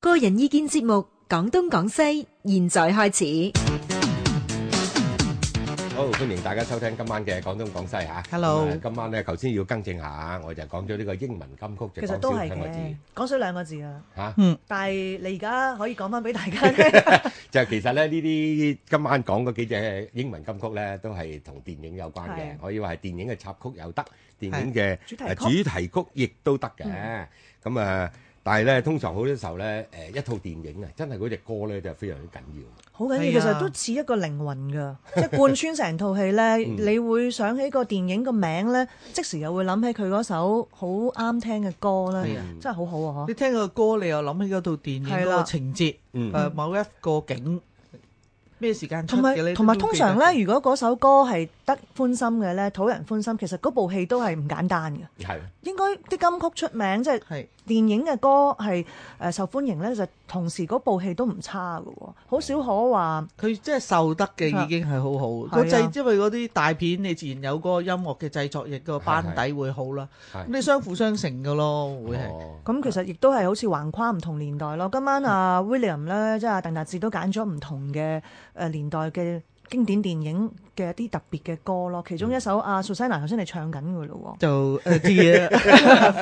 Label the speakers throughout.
Speaker 1: 個人意見節目《講東講西》，現在開始。
Speaker 2: 好，歡迎大家收聽今晚嘅廣東廣西嚇。
Speaker 3: Hello
Speaker 2: 咁啊今晚咧，頭先要更正下，我就講咗呢個英文金曲，
Speaker 4: 其
Speaker 2: 就
Speaker 4: 實
Speaker 2: 講
Speaker 4: 都
Speaker 2: 少
Speaker 4: 係
Speaker 2: 聽個字
Speaker 4: 嘅，講少兩個字啊！
Speaker 2: 嚇。
Speaker 4: 但係你而家可以講翻俾大 家聽，
Speaker 2: 就其實咧，呢啲今晚講嗰幾隻英文金曲咧，都係同電影有關嘅，
Speaker 4: 係
Speaker 2: 可以話係電影嘅插曲又得，電影嘅
Speaker 4: 主題
Speaker 2: 誒
Speaker 4: 曲嗯
Speaker 2: 主題曲亦都得嘅。咁啊，但係咧，通常好多時候咧，誒一套電影啊，真係嗰只歌咧就非常之緊要。
Speaker 4: 好緊要。
Speaker 3: 係啊
Speaker 4: 其實都似一個靈魂㗎，即係貫穿成 套戲咧，
Speaker 2: 嗯
Speaker 4: 你會想起個電影個名咧，即時又會諗起佢嗰首好啱聽嘅歌咧
Speaker 2: 係啊，
Speaker 4: 真係好好啊！
Speaker 3: 你聽個歌，你又諗起嗰套電影嗰
Speaker 4: 係
Speaker 3: 個
Speaker 4: 啦
Speaker 3: 情節，
Speaker 2: 嗯
Speaker 3: 誒某一個景，咩時間
Speaker 4: 嗬
Speaker 3: 出
Speaker 4: 同
Speaker 3: 嘅
Speaker 4: 埋
Speaker 3: 咧？
Speaker 4: 同埋
Speaker 3: 都
Speaker 4: 通
Speaker 3: 記得
Speaker 4: 常咧，如果嗰首歌係得歡心嘅咧，討人歡心，其實嗰部戲都係唔簡單嘅。
Speaker 2: 嗯係。
Speaker 4: 應該啲金曲出名，即係
Speaker 3: 係
Speaker 4: 電影嘅歌係誒受歡迎咧，就同時嗰部戲都唔差嘅喎，好少可話
Speaker 3: 佢真係受得嘅已經係好好。個
Speaker 4: 係啊
Speaker 3: 製因為嗰啲大片，你自然有嗰個音樂嘅製作，亦個班底會好啦。
Speaker 2: 係
Speaker 3: 咁你相輔相成嘅咯，會係。
Speaker 2: 哦
Speaker 4: 咁其實亦都係好似橫跨唔同年代咯。今晚啊 William 咧，即係阿鄧達智都揀咗唔同嘅誒、呃年代嘅經典電影嘅一啲特別嘅歌咯。其中一首啊 Susanna 頭先你唱緊嘅咯
Speaker 3: 就 誒啲嘢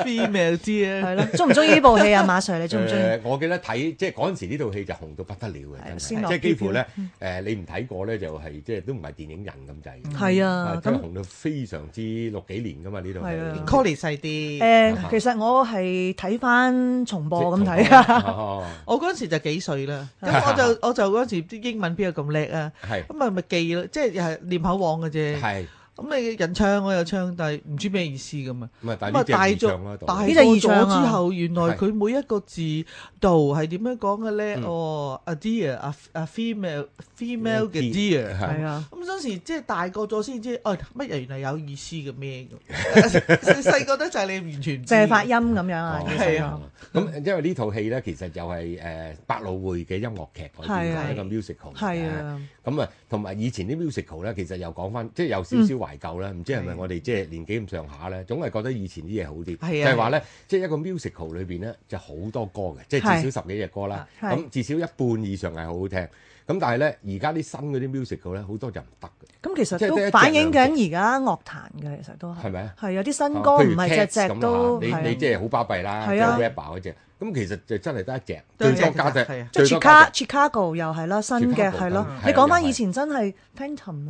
Speaker 4: 喎，
Speaker 3: ，female 啲
Speaker 4: 係
Speaker 3: 嘢，
Speaker 2: 嗯
Speaker 4: 咯，中唔中意呢部戲啊？馬 Sir 你中唔中意？
Speaker 2: 誒，我記得睇即係嗰陣時呢套戲就紅到不得了嘅，
Speaker 4: 係
Speaker 2: 真
Speaker 4: 仙
Speaker 2: 係
Speaker 4: 樂
Speaker 2: 即係幾乎咧
Speaker 4: 飄
Speaker 2: 誒，你唔睇過咧就係即係都唔係電影人咁滯。
Speaker 4: 係
Speaker 2: 啊
Speaker 4: 啊，
Speaker 2: 真
Speaker 4: 咁
Speaker 2: 係紅到非常之六幾年噶嘛呢套
Speaker 4: 係啊
Speaker 2: 戲。
Speaker 3: Colly 細啲。
Speaker 4: 誒，呃其實我係睇翻重播咁睇啊。
Speaker 2: 啊，
Speaker 3: 我嗰陣時就幾 歲啦，咁我就我就嗰陣時啲英文邊有咁叻啊，
Speaker 2: 係
Speaker 3: 咁咪咪記咯，即係又係念口簧嘅啫。
Speaker 2: 係
Speaker 3: 咁你人唱我又唱，但係唔知咩意思咁啊。
Speaker 2: 咁啊，但係
Speaker 3: 咁
Speaker 2: 呢
Speaker 3: 啊
Speaker 2: 隻
Speaker 3: 大
Speaker 2: 異
Speaker 3: 眾
Speaker 2: 象嗰度，
Speaker 3: 大
Speaker 4: 呢隻
Speaker 3: 個
Speaker 4: 異
Speaker 3: 咗之
Speaker 4: 象啊
Speaker 3: 後，原來
Speaker 2: 係
Speaker 3: 佢每一個字度係點樣講嘅咧？
Speaker 2: 嗯
Speaker 3: 哦，a dear，a a female female 嘅 dear。
Speaker 2: 係
Speaker 4: 係啊，
Speaker 3: 咁嗰陣時即係大個咗先知，哦乜嘢原來有意思嘅咩咁。細個得就係你完全唔知
Speaker 4: 就係發音咁樣啊，
Speaker 2: 哦
Speaker 4: 其
Speaker 3: 係
Speaker 4: 實
Speaker 3: 啊
Speaker 4: 就。
Speaker 2: 咁因為呢套戲咧，其實就係誒百老匯嘅音樂劇改編
Speaker 4: 係
Speaker 2: 嘅
Speaker 4: 啊
Speaker 2: 一個 musical 嚟嘅
Speaker 4: 係。啊，
Speaker 2: 咁啊，同埋以前啲 musical 咧，其實又講翻，即係有少
Speaker 4: 嗯
Speaker 2: 少懷舊啦。唔知係咪
Speaker 3: 係
Speaker 2: 我哋即係年紀咁上下咧，總係覺得以前啲嘢好啲。
Speaker 3: 係啊
Speaker 2: 就係話咧，即係一個 musical 裏邊咧，就好多歌嘅，即係至少十幾隻歌啦。
Speaker 4: 啊係
Speaker 2: 咁至少一半以上係好好聽。咁但係咧，而家啲新嗰啲 musical 咧，好多就唔得嘅，
Speaker 4: 咁其實
Speaker 2: 即係得一隻
Speaker 4: 都反映
Speaker 2: 兩
Speaker 4: 緊而家樂壇嘅，其實都
Speaker 2: 係
Speaker 4: 係
Speaker 2: 咪啊？
Speaker 4: 係有啲新
Speaker 2: 啊
Speaker 4: 歌
Speaker 2: 譬如
Speaker 4: 唔係隻
Speaker 2: Cats 咁
Speaker 4: 隻
Speaker 2: 啦
Speaker 4: 都
Speaker 2: 你你即
Speaker 4: 係啊。
Speaker 2: 係好巴閉啦，即
Speaker 4: 係
Speaker 2: 係
Speaker 4: 啊
Speaker 2: rapper 嗰只。咁其實就真係得一隻，
Speaker 3: 得
Speaker 2: 最
Speaker 3: 一隻
Speaker 2: 多加隻
Speaker 3: 係
Speaker 4: 即
Speaker 3: 啊，
Speaker 2: 最
Speaker 4: 係
Speaker 2: 多加
Speaker 4: Chica-
Speaker 2: 隻
Speaker 4: Chicago 又係啦，新嘅
Speaker 2: Chicago，
Speaker 4: 係咯
Speaker 2: 嗯。
Speaker 4: 你
Speaker 2: 係啊
Speaker 4: 講
Speaker 2: 又
Speaker 4: 翻
Speaker 2: 係
Speaker 4: 以前真係 Phantom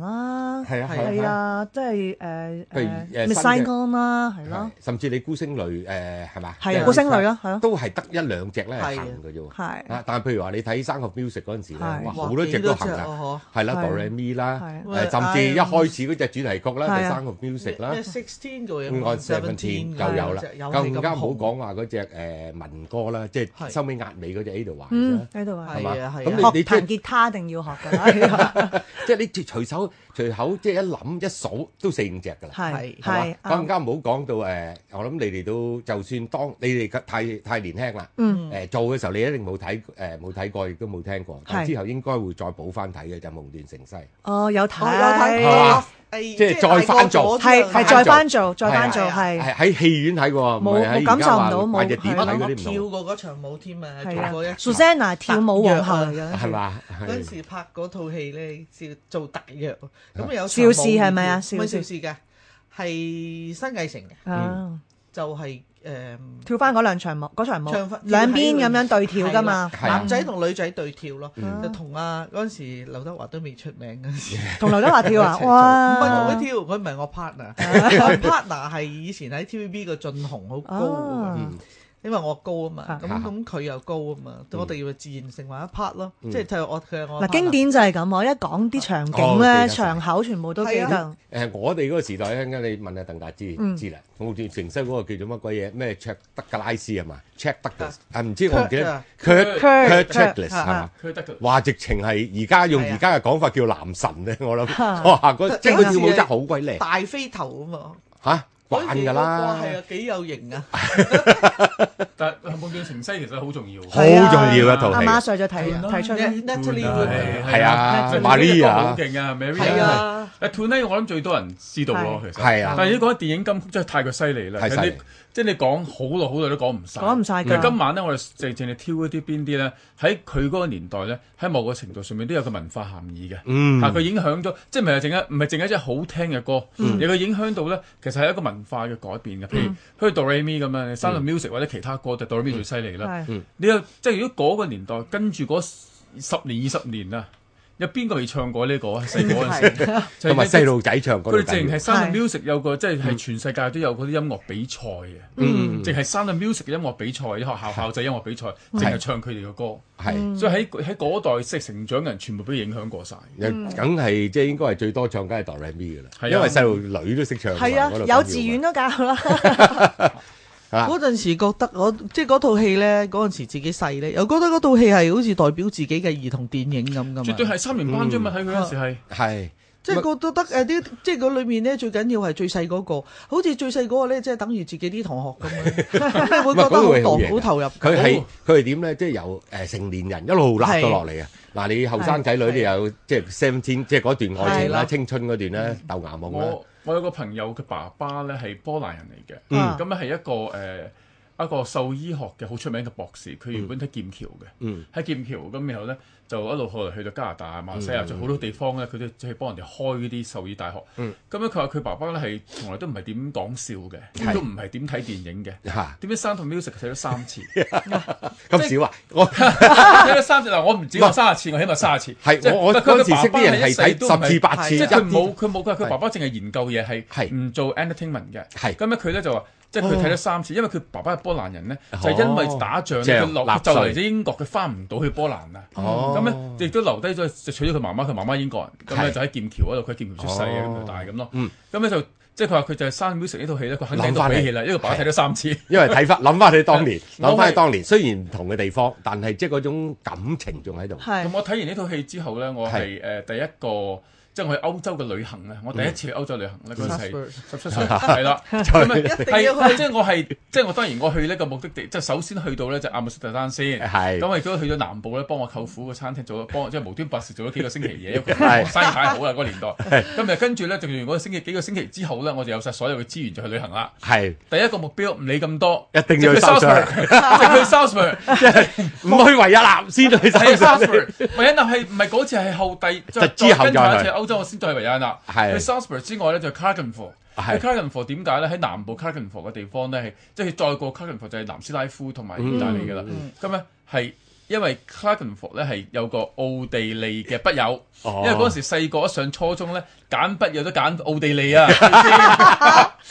Speaker 2: 係啊
Speaker 4: 啦，
Speaker 2: 係啊
Speaker 4: 係
Speaker 2: 係
Speaker 4: 啊，即係誒
Speaker 2: 譬如
Speaker 4: 誒
Speaker 2: 誒
Speaker 4: Miss
Speaker 2: 新嘅
Speaker 4: Saigon 啦，係咯，
Speaker 2: 係甚至你孤星淚誒係嘛？
Speaker 4: 係
Speaker 2: 即
Speaker 4: 啊，
Speaker 2: 係
Speaker 4: 古星類啦，係咯，
Speaker 2: 都係得一兩隻咧係行嘅啫喎。
Speaker 4: 係
Speaker 2: 啊！但係譬如話你睇《生學 music》嗰陣時咧，哇
Speaker 4: 係
Speaker 3: 哇
Speaker 2: 好多隻都行
Speaker 3: 幾
Speaker 2: 㗎，
Speaker 3: 哦
Speaker 2: 係啦，《
Speaker 4: 係
Speaker 2: Do Re Mi》啦，
Speaker 4: 係啊
Speaker 2: 誒甚至一開始嗰隻主題曲啦，
Speaker 4: 係啊
Speaker 2: 《生學 music》啦
Speaker 3: 咩，sixteen 嘅
Speaker 2: 《
Speaker 3: 嘢
Speaker 2: On Seventeen》就有啦，更加唔好講話嗰隻誒民歌啦，即係
Speaker 3: 係
Speaker 2: 收尾壓尾嗰隻 A 度話
Speaker 4: 嗯
Speaker 2: 啦，，
Speaker 4: 喺度啊
Speaker 2: 係，嘛？
Speaker 3: 係啊係啊
Speaker 2: 咁你
Speaker 4: 學
Speaker 2: 你即
Speaker 4: 彈
Speaker 2: 係
Speaker 4: 吉他一定要學 㗎啦，
Speaker 2: 即係你隨手隨口即係一諗一數都四五隻㗎啦。
Speaker 4: 係係
Speaker 3: 係
Speaker 2: 係嘛？更
Speaker 4: 啱
Speaker 2: 加唔好啊講到誒，我諗你哋都就算當你哋太太年輕啦，
Speaker 4: 嗯
Speaker 2: 誒呃做嘅時候你一定冇睇誒冇睇過，亦都冇聽過，但係
Speaker 4: 係
Speaker 2: 之後應該會再補翻睇嘅就《夢斷城西》。
Speaker 4: 哦，有
Speaker 3: 我有睇
Speaker 2: 係
Speaker 4: 睇，
Speaker 2: 嘛
Speaker 3: 過，
Speaker 2: 即係再翻做
Speaker 4: 係係再翻做，再
Speaker 2: 係啊
Speaker 4: 翻做
Speaker 3: 係啊
Speaker 4: 係。
Speaker 2: 係喺戲院睇過，唔
Speaker 4: 冇
Speaker 2: 係喺
Speaker 4: 冇感受唔到
Speaker 2: 而家話
Speaker 4: 冇
Speaker 2: 買隻碟
Speaker 4: 係
Speaker 3: 我
Speaker 2: 睇
Speaker 4: 啊
Speaker 2: 嗰
Speaker 3: 諗
Speaker 2: 啲
Speaker 3: 跳
Speaker 2: 唔
Speaker 3: 過嗰場舞添啊，
Speaker 4: 係
Speaker 3: 做過一
Speaker 4: 啊，Susanna 跳舞皇后啊嚟
Speaker 2: 同，
Speaker 4: 嘅，
Speaker 2: 係？嘛？係
Speaker 3: 嗰陣時啊拍嗰套戲咧，照做特約，咁有
Speaker 4: 邵氏係咪啊
Speaker 3: 唔係
Speaker 4: 邵
Speaker 3: 邵
Speaker 4: 氏
Speaker 3: 氏嘅，係新藝城嘅，
Speaker 2: 嗯
Speaker 4: 啊，
Speaker 3: 就係誒
Speaker 4: 跳翻嗰兩場舞，嗰場
Speaker 3: 唱
Speaker 4: 舞
Speaker 3: 翻
Speaker 4: 兩邊咁樣對跳噶嘛，
Speaker 2: 係啊
Speaker 3: 男仔同女仔對跳咯，
Speaker 2: 嗯
Speaker 3: 就同啊嗰陣時劉德華都未出名嗰 陣時，
Speaker 4: 同劉德華跳 啊，
Speaker 3: 唔係
Speaker 4: 哇
Speaker 3: 同佢！跳，佢唔係 我 partner，我 partner 係以前喺 TVB 個俊雄好高㗎
Speaker 4: 啊
Speaker 2: 嗯
Speaker 3: 因為我高啊嘛，咁
Speaker 2: 啊
Speaker 3: 咁佢又高啊
Speaker 2: 嗯
Speaker 3: 嘛，我哋咪自然成為一 part 咯，即係就係我佢係我
Speaker 4: 嗱，經典就係咁，我一講啲場景
Speaker 2: 哦記得
Speaker 4: 咧，
Speaker 2: 晒
Speaker 4: 場口全部都記
Speaker 3: 係啊
Speaker 4: 得。
Speaker 2: 誒，呃我哋嗰個時代咧，陣間你問阿鄧達知知啦。我哋城西嗰個叫做乜鬼嘢？咩 check 德格拉斯啊嘛？check 德格啊，唔知我唔記得。Kurt Kurt
Speaker 4: Kurt-
Speaker 2: Checklist 係嘛
Speaker 4: 啊？
Speaker 5: 佢得㗎，
Speaker 2: 話直情係而家用
Speaker 3: 係啊
Speaker 2: 而家嘅講法叫男神咧，我諗
Speaker 4: 啊
Speaker 2: 哇，嗰即係佢
Speaker 3: 有時
Speaker 2: 跳舞真係
Speaker 3: 係
Speaker 2: 好鬼靚
Speaker 3: 大飛頭啊嘛，
Speaker 2: 嚇，慣㗎
Speaker 3: 哇，
Speaker 2: 啦，
Speaker 3: 係啊，幾有 型啊！
Speaker 5: 但係《夢斷城西》其實好重要。
Speaker 2: 好重要一套
Speaker 4: 阿
Speaker 2: 戲，
Speaker 4: 馬 Sir 就提提出
Speaker 3: 啊
Speaker 4: 啦
Speaker 3: Natalie
Speaker 5: 係
Speaker 3: Wood
Speaker 2: 係啊
Speaker 5: 真係
Speaker 2: Maria
Speaker 5: 呢個好勁啊，Maria
Speaker 3: 係啊，
Speaker 5: 誒 t o n 我諗最多人知道咯，其實
Speaker 2: 係啊
Speaker 5: 但係呢個電影金曲真係太過犀利啦，
Speaker 2: 太犀利
Speaker 5: 人哋即係你講好耐好耐都講唔晒。
Speaker 4: 講唔晒㗎
Speaker 5: 其實今晚咧，我哋淨淨係挑一啲邊啲咧，喺佢嗰個年代咧，喺某個程度上面都有個文化含義嘅。
Speaker 2: 嗯
Speaker 5: 啊嚇佢影響咗，即係唔係淨係唔係淨係一隻好聽嘅歌，
Speaker 2: 嗯
Speaker 5: 而佢影響到咧，其實係一個文化嘅改變嘅。譬如譬如 Do Re Mi 咁
Speaker 2: 嗯
Speaker 5: 樣，Sound of Music 或者其他歌，就 Do Re Mi 最犀利啦。
Speaker 4: 係
Speaker 5: 你又即係如果嗰個年代跟住嗰十年二十年啊，有邊個未唱過呢個啊？細個嗰陣時， 就係
Speaker 2: 同埋
Speaker 5: 一
Speaker 2: 細路仔唱歌都
Speaker 5: 佢哋
Speaker 2: 緊
Speaker 5: 淨
Speaker 2: 要
Speaker 5: 係 Sound of
Speaker 4: 係
Speaker 5: Music 有個即係係全世界都有嗰啲音樂比賽嘅，
Speaker 2: 嗯
Speaker 5: 淨係 Sound of Music 嘅音樂比賽，啲學校校際音樂比賽，淨係嗯唱佢哋嘅歌，
Speaker 2: 係。
Speaker 5: 所以喺喺嗰代即係成長嘅人全部俾佢影響過晒。
Speaker 2: 又梗係即係應該係最多唱，梗係 Do Re Mi 㗎啦，
Speaker 5: 係啊
Speaker 2: 因為細路女都識唱㗎嘛。
Speaker 4: 係啊
Speaker 2: 嗰度，緊要
Speaker 4: 幼
Speaker 2: 㗎
Speaker 4: 稚園都教 啦，
Speaker 2: 啊
Speaker 3: 嗰陣時覺得我即係嗰套戲咧，嗰陣時自己細咧，又覺得嗰套戲係好似代表自己嘅兒童電影咁噶嘛。
Speaker 5: 絕對係三年班啫嘛，
Speaker 2: 嗯
Speaker 5: 睇佢嗰陣時係。
Speaker 2: 係
Speaker 3: 即係覺得誒啲，即係嗰裏面咧最緊要係最細嗰個，好似最細嗰個咧，即係等於自己啲同 學咁樣，你會覺得
Speaker 2: 唔係嗰個
Speaker 3: 好
Speaker 2: 係好啊嘢㗎
Speaker 3: 投好投入。
Speaker 2: 佢係
Speaker 5: 好
Speaker 2: 佢係點咧？即係由誒成年人一路揦到落嚟啊！嗱，你後生仔女
Speaker 3: 係
Speaker 2: 你有即係 seventeen，即係嗰段愛情
Speaker 3: 係
Speaker 2: 啦、
Speaker 3: 啦
Speaker 2: 青春嗰段咧、豆芽夢啦，
Speaker 5: 我我有個朋友嘅爸爸咧係波蘭人嚟嘅，
Speaker 2: 嗯
Speaker 5: 咁咧係一個誒、呃一個獸醫學嘅好出名嘅博士，佢原本喺劍橋嘅，喺、
Speaker 2: 嗯
Speaker 5: 劍橋咁然後咧就一路後來去到加拿大、馬來西
Speaker 2: 嗯
Speaker 5: 亞，就好多地方咧，佢都即係幫人哋開呢啲獸醫大學。
Speaker 2: 嗯
Speaker 5: 咁咧佢話佢爸爸咧係從來都唔係點講笑嘅，都唔係點睇電影嘅。
Speaker 2: 嚇
Speaker 5: 點知《Sound of Music》睇咗三次，
Speaker 2: 咁少啊！我
Speaker 5: 睇咗三次嗱，我唔止
Speaker 2: 唔係
Speaker 5: 我三十次，我起碼三十次。即
Speaker 2: 係我我
Speaker 5: 但佢
Speaker 2: 嗰
Speaker 5: 嘅
Speaker 2: 陣時識
Speaker 5: 爸
Speaker 2: 啲
Speaker 5: 爸
Speaker 2: 人
Speaker 5: 一世都唔
Speaker 2: 係睇十次八次，
Speaker 5: 即係
Speaker 2: 一
Speaker 5: 佢
Speaker 2: 啲
Speaker 5: 冇佢冇佢佢
Speaker 2: 係
Speaker 5: 爸爸淨係研究嘢係
Speaker 2: 係
Speaker 5: 唔做 entertainment 嘅，
Speaker 2: 係哦
Speaker 5: 咁咧佢咧就話。即係佢睇咗三次，因為佢爸爸係波蘭人咧，就係因為打仗
Speaker 2: 仗
Speaker 5: 佢落
Speaker 2: 納
Speaker 5: 佢就嚟
Speaker 2: 粹
Speaker 5: 咗英國，佢翻唔到去波蘭啦。
Speaker 2: 哦
Speaker 5: 咁咧亦都留低咗，就娶咗佢媽媽，佢媽媽英國人，咁
Speaker 2: 係
Speaker 5: 咧就喺劍橋嗰度，佢喺劍橋出世嘅，咁
Speaker 2: 哦
Speaker 5: 就大咁咯
Speaker 2: 嗯。
Speaker 5: 咁咧就即係佢話佢就係《Sound Music》呢套戲咧，佢肯定
Speaker 2: 諗返
Speaker 5: 都
Speaker 2: 起
Speaker 5: 俾戲啦，因為爸爸睇咗三次。
Speaker 2: 因為 睇翻諗翻你當年，
Speaker 5: 我係
Speaker 2: 諗翻你當年，雖然唔同嘅地方，但係即係嗰種感情仲喺度。
Speaker 5: 咁
Speaker 4: 係
Speaker 5: 我睇完呢套戲之後咧，我係誒第一個。即係我去歐洲嘅旅行啊咧，我第一次去歐洲旅行咧，嗰陣時係
Speaker 3: Salzburg
Speaker 5: 十七歲，係啦，咁啊
Speaker 3: 一定要
Speaker 5: 係即係我係即係我當然我去呢個目的地，即係首先去到咧就阿姆斯特丹先，
Speaker 2: 係
Speaker 5: 咁我亦都去咗南部咧，幫我舅父個餐廳做咗，幫即係無端白事做咗幾個星期嘢，因為佢生意太好啦嗰個年代。咁就跟住咧，就完嗰個星期幾個星期之後咧，我就有晒所有嘅資源就去旅行啦。
Speaker 2: 係
Speaker 5: 第一個目標唔理咁多，
Speaker 2: 一定要去
Speaker 5: 直去
Speaker 2: Salzburg
Speaker 5: Salzburg，直去 Salzburg。
Speaker 2: 唔去維也納先去
Speaker 5: 係
Speaker 2: 西
Speaker 5: 啊
Speaker 2: 山。
Speaker 5: ，Salzburg，維也納係唔係嗰次係後第
Speaker 2: 就之後
Speaker 5: 跟住
Speaker 2: 再
Speaker 5: 一
Speaker 2: 去
Speaker 5: 次歐洲，我先再去維也納。
Speaker 2: 係
Speaker 5: 去 Salzburg 之外咧，就 Klagenfurt。
Speaker 2: 係
Speaker 5: 喺 Klagenfurt 點解咧？喺南部 Klagenfurt 嘅地方咧，係即係再過 Klagenfurt 就係南斯拉夫同埋
Speaker 2: 嗯
Speaker 5: 意大利㗎啦。咁咧係因為 Klagenfurt 咧係有個奧地利嘅筆友，
Speaker 2: 哦
Speaker 5: 因為嗰陣時細個一上初中咧揀筆友都揀奧地 利啊。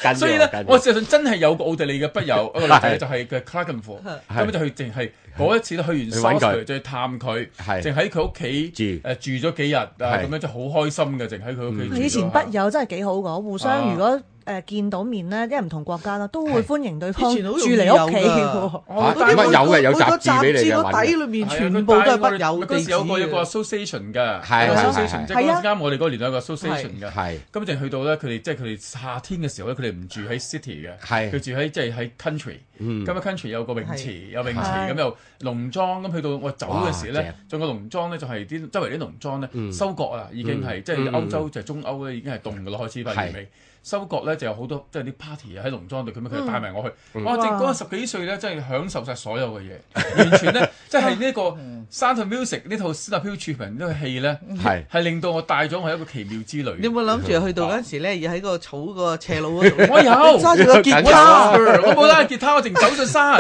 Speaker 2: 跟住
Speaker 5: 所以咧
Speaker 2: 跟，住
Speaker 5: 我事實上真係有個奧地利嘅 筆友，一個女仔就係嘅 Clagenford，咁就去淨係嗰一次咧去完
Speaker 2: 去揾佢
Speaker 5: Salzburg 再探佢，
Speaker 2: 係
Speaker 5: 淨喺佢屋企
Speaker 2: 住
Speaker 5: 誒住咗幾日啊，
Speaker 2: 係嗯
Speaker 5: 咁樣就好開心嘅，淨喺佢屋企住咗。
Speaker 4: 以
Speaker 2: 啊
Speaker 4: 前筆友真係幾好講，互相
Speaker 5: 啊
Speaker 4: 如果誒見到面咧，因為唔同國家啦，都會
Speaker 2: 係
Speaker 4: 歡迎對方住
Speaker 3: 以前好
Speaker 4: 嚟
Speaker 3: 容
Speaker 4: 屋
Speaker 3: 易
Speaker 4: 企
Speaker 3: 有
Speaker 4: 嘅
Speaker 3: 㗎
Speaker 4: 喎。
Speaker 5: 哦
Speaker 2: 嚇點解有嘅有雜誌俾你嘅
Speaker 3: 個底裏
Speaker 5: 係
Speaker 3: 面
Speaker 5: 啊
Speaker 3: 全部都係筆友
Speaker 5: 佢帶我哋嗰
Speaker 3: 地
Speaker 5: 時
Speaker 3: 址
Speaker 5: 有個有個
Speaker 3: 嘅。
Speaker 5: association 嘅，
Speaker 2: 係
Speaker 5: 有個
Speaker 2: 係
Speaker 5: association，
Speaker 2: 係
Speaker 5: 即係
Speaker 4: 係啊
Speaker 5: 啱我哋嗰個年代有個 association 嘅。
Speaker 2: 係
Speaker 5: 咁就去到咧，佢哋即係佢哋夏天嘅時候咧，佢哋唔住喺 city 嘅，
Speaker 2: 係
Speaker 5: 佢住喺即係喺 country。
Speaker 2: 嗯
Speaker 5: 咁啊 country 有個泳池，
Speaker 3: 係
Speaker 5: 有泳池
Speaker 4: 係
Speaker 5: 咁有農莊。咁去到我走嘅時
Speaker 2: 哇啊
Speaker 5: 咧，仲有個農莊咧，就係啲周圍啲農莊咧收割啦，已經係即係歐洲就係中歐咧已經係凍㗎啦，開始八月尾。收割咧就有好多即係啲 party 啊喺農莊度，咁樣佢就帶埋我去。哇！正嗰個十幾歲咧，真係享受晒所有嘅嘢，完全咧即係呢個《Sound of Music》呢套《s t a p i l t r e m e n 呢套戲咧，
Speaker 2: 係
Speaker 5: 係令到我帶咗我一個奇妙之旅。
Speaker 3: 你有冇諗住去到嗰陣時咧，要喺個草個斜路 嗰度？
Speaker 5: 我有
Speaker 3: 你揸住個吉
Speaker 5: 我
Speaker 3: 他，
Speaker 5: 我冇拉吉他，我淨走上山，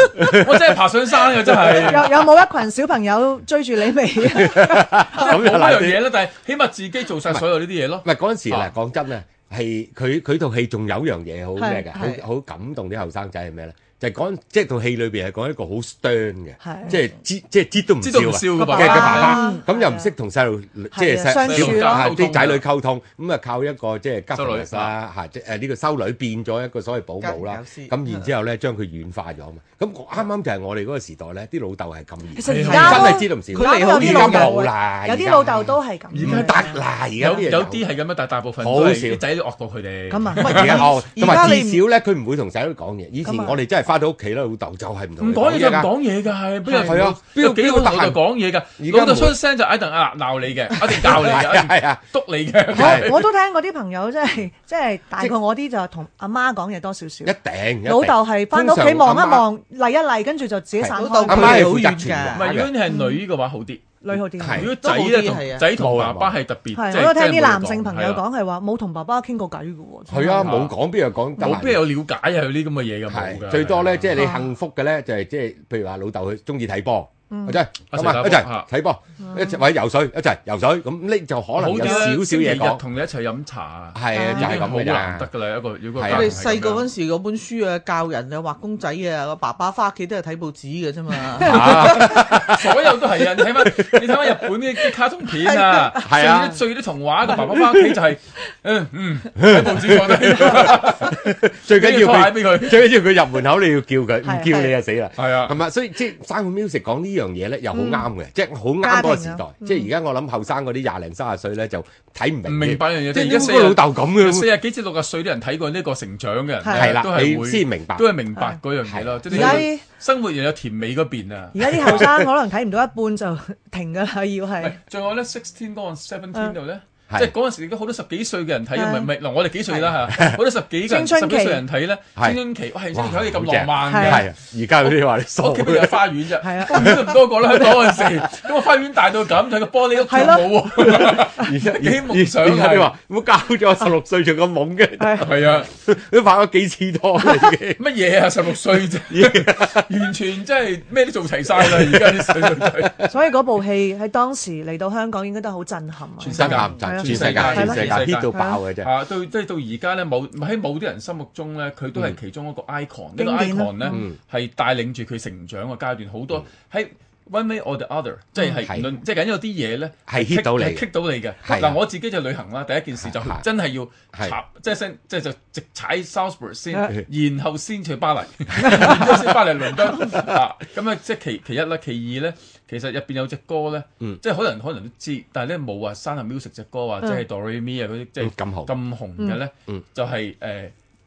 Speaker 5: 我真係爬上山嘅真係。
Speaker 4: 有有冇一群小朋友追住你 未？
Speaker 2: 咁
Speaker 5: 冇
Speaker 2: 又
Speaker 5: 嗰樣
Speaker 2: 難
Speaker 5: 嘢啦，但係起碼自己做晒所有呢啲嘢咯
Speaker 2: 唔。係嗰陣時嗱，
Speaker 5: 啊
Speaker 2: 講真啊，係佢佢套戲仲有樣嘢好咩嘅，
Speaker 3: 係
Speaker 2: 好好感動啲後生仔係咩咧？就係講即係套戲裏邊係講一個好 stern 嘅，
Speaker 4: 係
Speaker 2: 即係知即係知都唔
Speaker 5: 知道唔笑
Speaker 2: 笑啊
Speaker 5: 嘅
Speaker 2: 嘅嘅
Speaker 5: 爸
Speaker 2: 爸
Speaker 5: 爸。
Speaker 2: 爸，
Speaker 4: 嗯
Speaker 2: 咁又唔識同細路即係
Speaker 4: 係啊相
Speaker 5: 處咯
Speaker 2: 啊
Speaker 5: 溝
Speaker 2: 啲
Speaker 5: 通啊
Speaker 2: 仔女溝通，咁啊靠一個即係
Speaker 5: 修女
Speaker 2: governess 啦嚇，即係呢個修女變咗一個所謂保姆啦
Speaker 3: 家庭，教師
Speaker 2: 咁然之後咧將佢軟化咗嘛。咁我啱啱就係我哋嗰個時代咧，啲老豆係咁嚴，
Speaker 4: 其
Speaker 2: 真
Speaker 4: 實
Speaker 5: 而
Speaker 4: 家都
Speaker 2: 係知道唔笑。
Speaker 3: 佢哋好
Speaker 2: 而家冇
Speaker 4: 有啲老豆
Speaker 2: 啦，
Speaker 4: 有啲
Speaker 2: 而家
Speaker 4: 老豆都係咁
Speaker 2: 而
Speaker 5: 嗯
Speaker 4: 嘅。
Speaker 2: 家得啦，而家
Speaker 5: 有
Speaker 2: 啲人
Speaker 5: 有啲係咁啊樣，但係大部分
Speaker 2: 好
Speaker 5: 都
Speaker 2: 少
Speaker 5: 係啲仔女惡到佢哋。
Speaker 4: 咁啊，
Speaker 2: 而家學，
Speaker 3: 而
Speaker 2: 同埋
Speaker 3: 家
Speaker 2: 至
Speaker 3: 你唔
Speaker 2: 少咧，佢唔會同細佬講嘢。以前
Speaker 4: 咁啊
Speaker 2: 我哋真係翻到屋企咧，老豆就係唔同
Speaker 5: 唔
Speaker 2: 你
Speaker 5: 講嘢就
Speaker 2: 嘢
Speaker 5: 唔
Speaker 2: 㗎。
Speaker 5: 講嘢㗎，係邊人
Speaker 2: 係啊邊
Speaker 5: 有
Speaker 2: 有
Speaker 5: 幾
Speaker 2: 邊
Speaker 5: 個
Speaker 2: 個
Speaker 5: 老
Speaker 2: 得
Speaker 5: 豆
Speaker 2: 閒
Speaker 5: 講嘢
Speaker 2: 而
Speaker 5: 㗎？
Speaker 2: 家
Speaker 5: 老豆
Speaker 2: 冇
Speaker 5: 出聲就一定啊鬧你嘅，一定教 你
Speaker 2: 係啊
Speaker 5: 嘅，一
Speaker 2: 係
Speaker 5: 定
Speaker 2: 啊
Speaker 5: 督你嘅。
Speaker 2: 係
Speaker 4: 我都聽過啲朋友即係 即係大概我啲就同阿媽講嘢多少少
Speaker 2: 一，定一定
Speaker 4: 老豆係翻到屋企
Speaker 2: 通常啊
Speaker 4: 望
Speaker 2: 阿
Speaker 4: 一
Speaker 2: 媽
Speaker 4: 望，嚟一嚟，跟住就自己散
Speaker 3: 老豆
Speaker 2: 阿
Speaker 4: 開，
Speaker 2: 媽係
Speaker 3: 佢好
Speaker 2: 負
Speaker 3: 遠
Speaker 2: 責全
Speaker 5: 唔
Speaker 2: 部
Speaker 3: 㗎，
Speaker 5: 係，如果你係女嘅話好啲，
Speaker 4: 女好啲。
Speaker 2: 係
Speaker 5: 如果仔咧
Speaker 3: 都好啲係啊
Speaker 5: 同仔同
Speaker 2: 冇啊
Speaker 5: 爸爸係特別，即
Speaker 4: 係，
Speaker 5: 係
Speaker 4: 我都聽
Speaker 5: 即係
Speaker 4: 啲
Speaker 5: 冇
Speaker 4: 男性
Speaker 5: 講
Speaker 4: 朋
Speaker 5: 係
Speaker 4: 友
Speaker 5: 啊
Speaker 4: 講係話冇同爸爸傾過偈嘅喎。真係
Speaker 2: 係啊，冇講邊度講得
Speaker 5: 冇
Speaker 2: 難
Speaker 5: 邊有了解啊？佢呢啲咁嘅嘢㗎，冇
Speaker 2: 係
Speaker 5: 㗎。
Speaker 2: 最多咧，即係你
Speaker 4: 啊
Speaker 2: 幸福嘅咧，就係即係譬如話老豆佢中意睇波，
Speaker 4: 嗯
Speaker 2: 或者咁
Speaker 5: 一齊打
Speaker 2: 啊
Speaker 5: 波
Speaker 2: 一齊睇波，一齊或者游水一齊游水，咁呢就可能有少少嘢
Speaker 5: 啊好嘅星期日
Speaker 2: 講，
Speaker 5: 同你一齊飲茶啊，
Speaker 2: 係啊
Speaker 5: 已
Speaker 2: 就
Speaker 5: 經
Speaker 2: 係咁
Speaker 5: 好
Speaker 2: 嘅
Speaker 5: 難
Speaker 2: 咋
Speaker 5: 得。㗎啦，一個如果
Speaker 2: 係啊
Speaker 5: 家
Speaker 3: 我
Speaker 5: 庭
Speaker 3: 哋
Speaker 5: 係
Speaker 3: 細個
Speaker 5: 咁樣
Speaker 3: 嗰陣時嗰本書啊，教人啊畫公仔啊，個爸爸翻屋企都係睇報紙嘅啫嘛。
Speaker 2: 啊
Speaker 5: 所有都係啊！你睇翻 你睇翻日本啲啲卡通片啊，
Speaker 2: 係啊
Speaker 5: 最啲最啲童話個爸爸翻屋企就係 嗯嗯喺報紙放低，
Speaker 2: 最緊要
Speaker 5: 派
Speaker 2: 佢
Speaker 5: 俾佢，
Speaker 2: 最緊要佢入門口你要叫佢，唔
Speaker 4: 係
Speaker 2: 叫你就死啦。
Speaker 5: 係啊
Speaker 2: 係。咪？所以即係生活 music 講呢樣嘢咧，又好啱嘅，即係好啱
Speaker 4: 家
Speaker 2: 嗰個
Speaker 4: 庭
Speaker 2: 時
Speaker 4: 啊
Speaker 2: 代。即係而家我諗後生嗰啲廿零三十歲咧，就睇唔
Speaker 5: 唔
Speaker 2: 明嘅。
Speaker 5: 明白一樣嘢，
Speaker 2: 即係
Speaker 5: 即係而
Speaker 2: 點
Speaker 5: 家
Speaker 2: 解
Speaker 5: 四
Speaker 2: 個老
Speaker 5: 啊
Speaker 2: 豆咁
Speaker 5: 四
Speaker 2: 樣？
Speaker 5: 啊幾至六啊歲啲人睇過呢個成長嘅人，
Speaker 4: 係啊
Speaker 2: 係啦
Speaker 5: 都係，
Speaker 2: 你先
Speaker 5: 會
Speaker 2: 明白。
Speaker 5: 都係明白嗰樣嘢咯。即
Speaker 4: 而家
Speaker 5: 係
Speaker 4: 啲
Speaker 5: 生活又有甜美嗰邊啊。
Speaker 4: 而家啲後生可能睇唔到一半就停㗎啦，要係
Speaker 5: 喂仲有咧，sixteen 嗰個 seventeen
Speaker 4: 嗯
Speaker 5: 度咧。
Speaker 2: 係
Speaker 5: 即係嗰陣時，而家好多十幾歲嘅人睇，
Speaker 4: 係
Speaker 5: 唔係唔係嗱，我哋幾歲啦嚇，好多十幾個
Speaker 4: 青
Speaker 5: 人、
Speaker 4: 春
Speaker 5: 十
Speaker 4: 期
Speaker 5: 幾歲人睇咧，
Speaker 2: 係
Speaker 5: 青春期，哇，青春期
Speaker 2: 哇
Speaker 5: 可以咁
Speaker 2: 好正
Speaker 5: 浪漫
Speaker 4: 係
Speaker 5: 嘅
Speaker 4: 啊。
Speaker 2: 係啊！而家嗰啲話你傻
Speaker 5: 屋企咪有花園啫，
Speaker 4: 係啊
Speaker 5: 花園都唔多過啦。香港嗰陣時， 咁個花園大到咁，睇個玻璃屋
Speaker 4: 係咯
Speaker 5: 冇喎。
Speaker 2: 而家
Speaker 5: 幾夢想啊
Speaker 2: 而家你話冇教咗我十六歲做個懵嘅，
Speaker 4: 係
Speaker 5: 係啊，
Speaker 2: 都拍咗幾次拖啦已經。
Speaker 5: 乜嘢啊？十六歲啫， 完全真係咩都做齊晒啦！而家啲細路仔，
Speaker 4: 所以嗰部戲喺當時嚟到香港應該都好震撼啊！
Speaker 5: 全世
Speaker 2: 真
Speaker 5: 界
Speaker 2: 鹹
Speaker 4: 係啊
Speaker 2: 全世界全世界
Speaker 5: 係咯
Speaker 2: hit 到爆嘅啫。
Speaker 5: 啊，到即係到而家咧，冇喺某啲人心目中咧，佢都係其中一個 icon。
Speaker 4: 嗯經
Speaker 5: 呢個
Speaker 4: 典啊啦
Speaker 5: icon 咧
Speaker 2: 嗯
Speaker 5: 係帶領住佢成長嘅階段，好
Speaker 4: 嗯
Speaker 5: 多喺 one way or the other，即係係
Speaker 2: 係
Speaker 5: 論即係緊有啲嘢咧
Speaker 2: 係 hit 到你
Speaker 5: 係 kick 到你嘅。
Speaker 2: 係啊
Speaker 5: 嗱，我自己就旅行啦，第一件事就
Speaker 2: 係啊
Speaker 5: 真係要
Speaker 2: 係
Speaker 5: 插，即係先即係就直踩 Southport 先，
Speaker 2: 係
Speaker 5: 然後先去巴黎，然後先巴黎 倫敦啊。咁啊，即係其其一啦，其二咧，其實入邊有隻歌咧，
Speaker 2: 嗯
Speaker 5: 即係可能可能都知，但係咧冇話山下 music 隻歌或者係 Do Re Mi 啊嗰啲即係
Speaker 2: 嗯咁紅
Speaker 5: 咁紅嘅咧
Speaker 2: 嗯嗯，
Speaker 5: 就係誒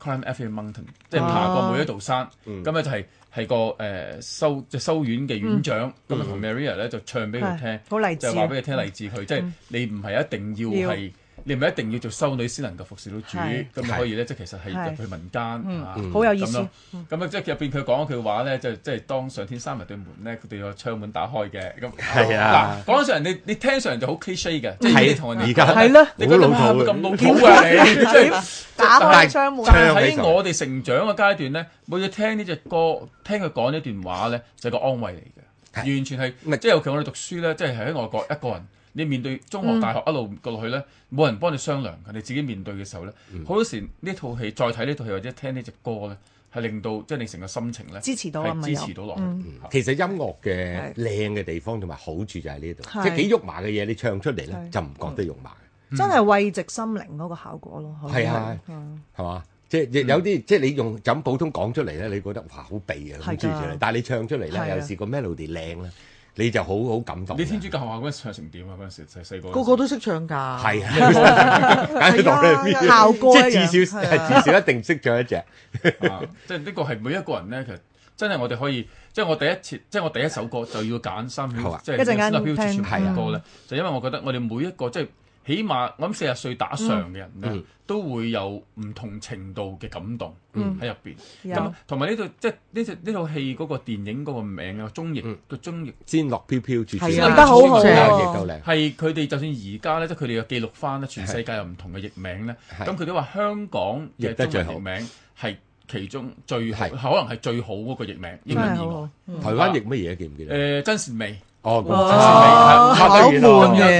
Speaker 5: Climb Every Mountain，即係爬過每一道山。
Speaker 2: 嗯
Speaker 5: 咁咧就係係個誒修即係修院嘅院長，
Speaker 2: 嗯
Speaker 5: 咁啊同 Maria 咧就唱俾佢聽
Speaker 4: 係。好勵志
Speaker 5: 就
Speaker 4: 啊，嗯
Speaker 5: 係話俾佢聽勵志佢，即係你唔係一定要係，你唔係一定要做修女先能夠服侍到主，
Speaker 4: 係
Speaker 5: 咁你可以咧，即係其實係
Speaker 4: 係
Speaker 5: 入去民間啊
Speaker 4: 嗯好有意思
Speaker 5: 咁咯咁啊，即係入邊佢講佢話咧，就即係當上天閂埋對門咧，佢哋有窗門打開嘅。咁
Speaker 2: 係啊
Speaker 5: 嗱講上人你你聽上人就好 cliche 嘅，即係你同人哋
Speaker 2: 而家
Speaker 5: 講
Speaker 4: 係咯
Speaker 5: 你覺得哇
Speaker 2: 好老土
Speaker 5: 咁老土啊 你，即係
Speaker 4: 打
Speaker 2: 但
Speaker 4: 開
Speaker 2: 係
Speaker 4: 窗門，
Speaker 2: 但
Speaker 5: 但
Speaker 2: 唱
Speaker 5: 係
Speaker 2: 起
Speaker 5: 喺
Speaker 2: 上嚟
Speaker 5: 我哋成長嘅階段咧，每次聽呢只歌，聽佢講呢段話咧，就係個安慰嚟嘅，
Speaker 2: 係
Speaker 5: 完全係
Speaker 2: 咪
Speaker 5: 即係尤其我哋讀書咧，即係喺外國一個人，你面對中
Speaker 4: 嗯
Speaker 5: 學、大學一路過落去咧，冇人幫你商量嘅，你自己面對嘅時候咧，
Speaker 2: 嗯
Speaker 5: 好多時呢套戲再睇呢套戲或者聽呢只歌咧，係令到即係你成個心情咧
Speaker 4: 支持到啊
Speaker 5: 係
Speaker 4: 咪嗯
Speaker 5: 支
Speaker 4: 有
Speaker 5: 持到落去。嚇
Speaker 2: 其實音樂嘅
Speaker 4: 係
Speaker 2: 靚嘅地方同埋好處就喺呢度，
Speaker 4: 係
Speaker 2: 即係幾肉麻嘅嘢你唱出嚟咧
Speaker 4: 係
Speaker 2: 就唔覺得肉麻嘅，
Speaker 4: 真係慰藉心靈嗰個效果咯。可能
Speaker 2: 係啊
Speaker 4: 嗯
Speaker 2: 係嘛？即係有啲即係你用就咁普通講出嚟咧，你覺得哇好避啊咁
Speaker 4: 係㗎
Speaker 2: 諸如此類，但係你唱出嚟
Speaker 4: 係啊
Speaker 2: 咧，有時個 melody 靚咧，你就好好感動嘅。
Speaker 5: 你天主教學校嗰陣唱成點啊？嗰陣時細細個嗰陣時
Speaker 3: 個個都識唱㗎。
Speaker 2: 係 啊，梗係當你邊
Speaker 4: 效果
Speaker 2: 即
Speaker 4: 一
Speaker 2: 係
Speaker 4: 樣
Speaker 2: 至少
Speaker 3: 係啊
Speaker 2: 係至少一定識唱一 隻，
Speaker 5: 啊，即係呢個係每一個人咧，其實真係我哋可以，即係我第一次，即係我第一首歌就要揀三
Speaker 2: 好
Speaker 5: 秒
Speaker 2: 啊，
Speaker 5: 即係
Speaker 4: 一陣間
Speaker 5: 三秒
Speaker 4: 聽
Speaker 5: 全
Speaker 2: 係啊
Speaker 5: 部歌咧，就因為我覺得我哋每一個即係起碼我諗四十歲打上嘅人咧
Speaker 2: 嗯，
Speaker 5: 都會有唔同程度嘅感動
Speaker 4: 嗯
Speaker 5: 喺入邊。
Speaker 4: 有
Speaker 5: 咁同埋呢度即係呢隻呢套戲嗰個電影嗰個名啊，中譯
Speaker 2: 嗯
Speaker 5: 個中譯
Speaker 2: 仙樂飄飄處處
Speaker 3: 係
Speaker 4: 做
Speaker 3: 啊
Speaker 4: 得好好
Speaker 2: 亦
Speaker 4: 喎
Speaker 2: 夠靚，
Speaker 5: 係佢哋就算而家咧，即係佢哋嘅記錄翻咧，全世界有唔同嘅譯名咧，
Speaker 2: 係
Speaker 5: 咁佢都話香港嘅
Speaker 2: 譯得
Speaker 5: 中
Speaker 2: 最
Speaker 5: 文
Speaker 2: 好
Speaker 5: 譯名係其中最好，
Speaker 2: 係
Speaker 5: 可能係最好嗰個譯名，英
Speaker 4: 真係
Speaker 5: 文以
Speaker 4: 好
Speaker 5: 外
Speaker 4: 好。。
Speaker 2: 台灣譯乜嘢記唔記
Speaker 5: 誒、
Speaker 2: 得？
Speaker 5: 真善美，
Speaker 2: 哦，咁差得遠咯差得
Speaker 3: 好悶嘅
Speaker 5: 哇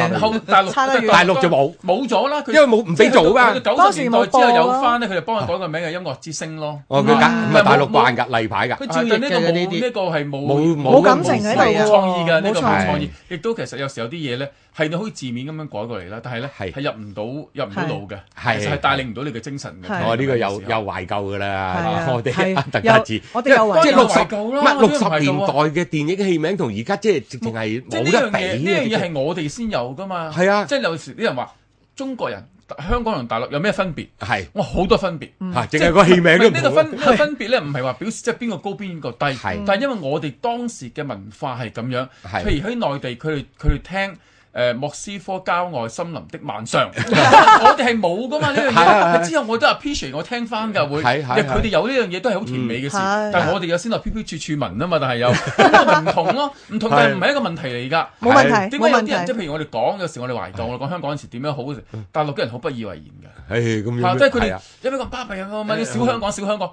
Speaker 2: 遠
Speaker 5: 後大陸
Speaker 4: 差得遠
Speaker 2: 大陸就冇，
Speaker 5: 冇咗啦，
Speaker 2: 因為冇唔俾做啊噶嘛。
Speaker 5: 九
Speaker 4: 當
Speaker 5: 十
Speaker 4: 時
Speaker 5: 年代
Speaker 4: 冇
Speaker 5: 之後
Speaker 4: 播啊嗯
Speaker 5: 有翻咧，佢哋幫佢改個名嘅音樂之星咯。
Speaker 2: 哦，佢揀唔係大陸慣㗎，例牌㗎。
Speaker 3: 佢
Speaker 5: 啊
Speaker 3: 照
Speaker 5: 但
Speaker 3: 譯
Speaker 5: 呢
Speaker 3: 嘅
Speaker 5: 個
Speaker 3: 呢
Speaker 5: 冇呢
Speaker 3: 啲。
Speaker 5: 個係冇
Speaker 2: 冇
Speaker 4: 冇感情喺度
Speaker 5: 冇
Speaker 4: 喎
Speaker 5: 創意嘅，呢
Speaker 4: 冇
Speaker 5: 個
Speaker 4: 錯
Speaker 5: 冇
Speaker 2: 錯
Speaker 5: 創意，亦都其實有時有啲嘢咧係你可以字面咁樣改過嚟啦，但係咧
Speaker 2: 係
Speaker 5: 係入唔到入唔到腦嘅，
Speaker 2: 係
Speaker 5: 其實係帶領唔到你嘅精神嘅。
Speaker 4: 係
Speaker 2: 我哦呢個又
Speaker 5: 有
Speaker 2: 又懷舊㗎
Speaker 4: 係
Speaker 2: 啦
Speaker 4: 啊，，
Speaker 2: 我哋特
Speaker 4: 又
Speaker 2: 達字，
Speaker 4: 我哋又
Speaker 5: 當
Speaker 2: 即係
Speaker 5: 然
Speaker 4: 為
Speaker 2: 六十
Speaker 5: 懷舊啦
Speaker 2: 乜
Speaker 5: 我
Speaker 2: 六
Speaker 5: 都懷舊啊
Speaker 2: 十年代嘅電影戲名同而家即係直情係
Speaker 5: 即係呢
Speaker 2: 冇得
Speaker 5: 樣嘢，呢樣
Speaker 2: 比
Speaker 5: 嘢
Speaker 2: 嘅。
Speaker 5: 係我哋先有噶嘛。
Speaker 2: 係啊
Speaker 5: 即係有時啲人話中國人香港同大陸有咩分別？
Speaker 2: 係
Speaker 5: 哇，好多分別。
Speaker 2: 嚇，淨係個戲名都
Speaker 5: 唔係
Speaker 2: 唔
Speaker 5: 呢個
Speaker 2: 同
Speaker 5: 分呢個分別咧，唔係話表示即係邊個高邊個低，
Speaker 2: 係
Speaker 5: 但係因為我哋當時嘅文化係咁樣，
Speaker 2: 係
Speaker 5: 譬如喺內地佢哋佢哋聽。誒莫斯科郊外森林的 晚上，我哋係冇噶嘛呢樣
Speaker 2: 係係
Speaker 5: 嘢。
Speaker 2: 係
Speaker 5: 之後我都 appreciate，我聽翻㗎會，
Speaker 2: 係係係
Speaker 5: 佢哋有呢樣嘢都係好甜美嘅事。
Speaker 4: 嗯係
Speaker 5: 但係我哋有先落飄飄處處聞啊嘛，但係有咁咪唔 同咯，唔同但係唔係一個問題嚟㗎。
Speaker 4: 冇問
Speaker 5: 點
Speaker 4: 題，
Speaker 5: 解
Speaker 4: 冇
Speaker 5: 有
Speaker 4: 問
Speaker 5: 啲人即係
Speaker 4: 題。
Speaker 5: 譬如我哋講有時我哋懷舊，我哋講香港嗰陣時點樣好嗰時，
Speaker 2: 嗯
Speaker 5: 大陸啲人好不以為然㗎。
Speaker 2: 唉，咁
Speaker 5: 嚇！
Speaker 2: 樣
Speaker 5: 即係佢
Speaker 2: 係
Speaker 5: 哋
Speaker 2: 啊
Speaker 5: 有咩咁巴閉啊？咁乜啲小香港、小香港，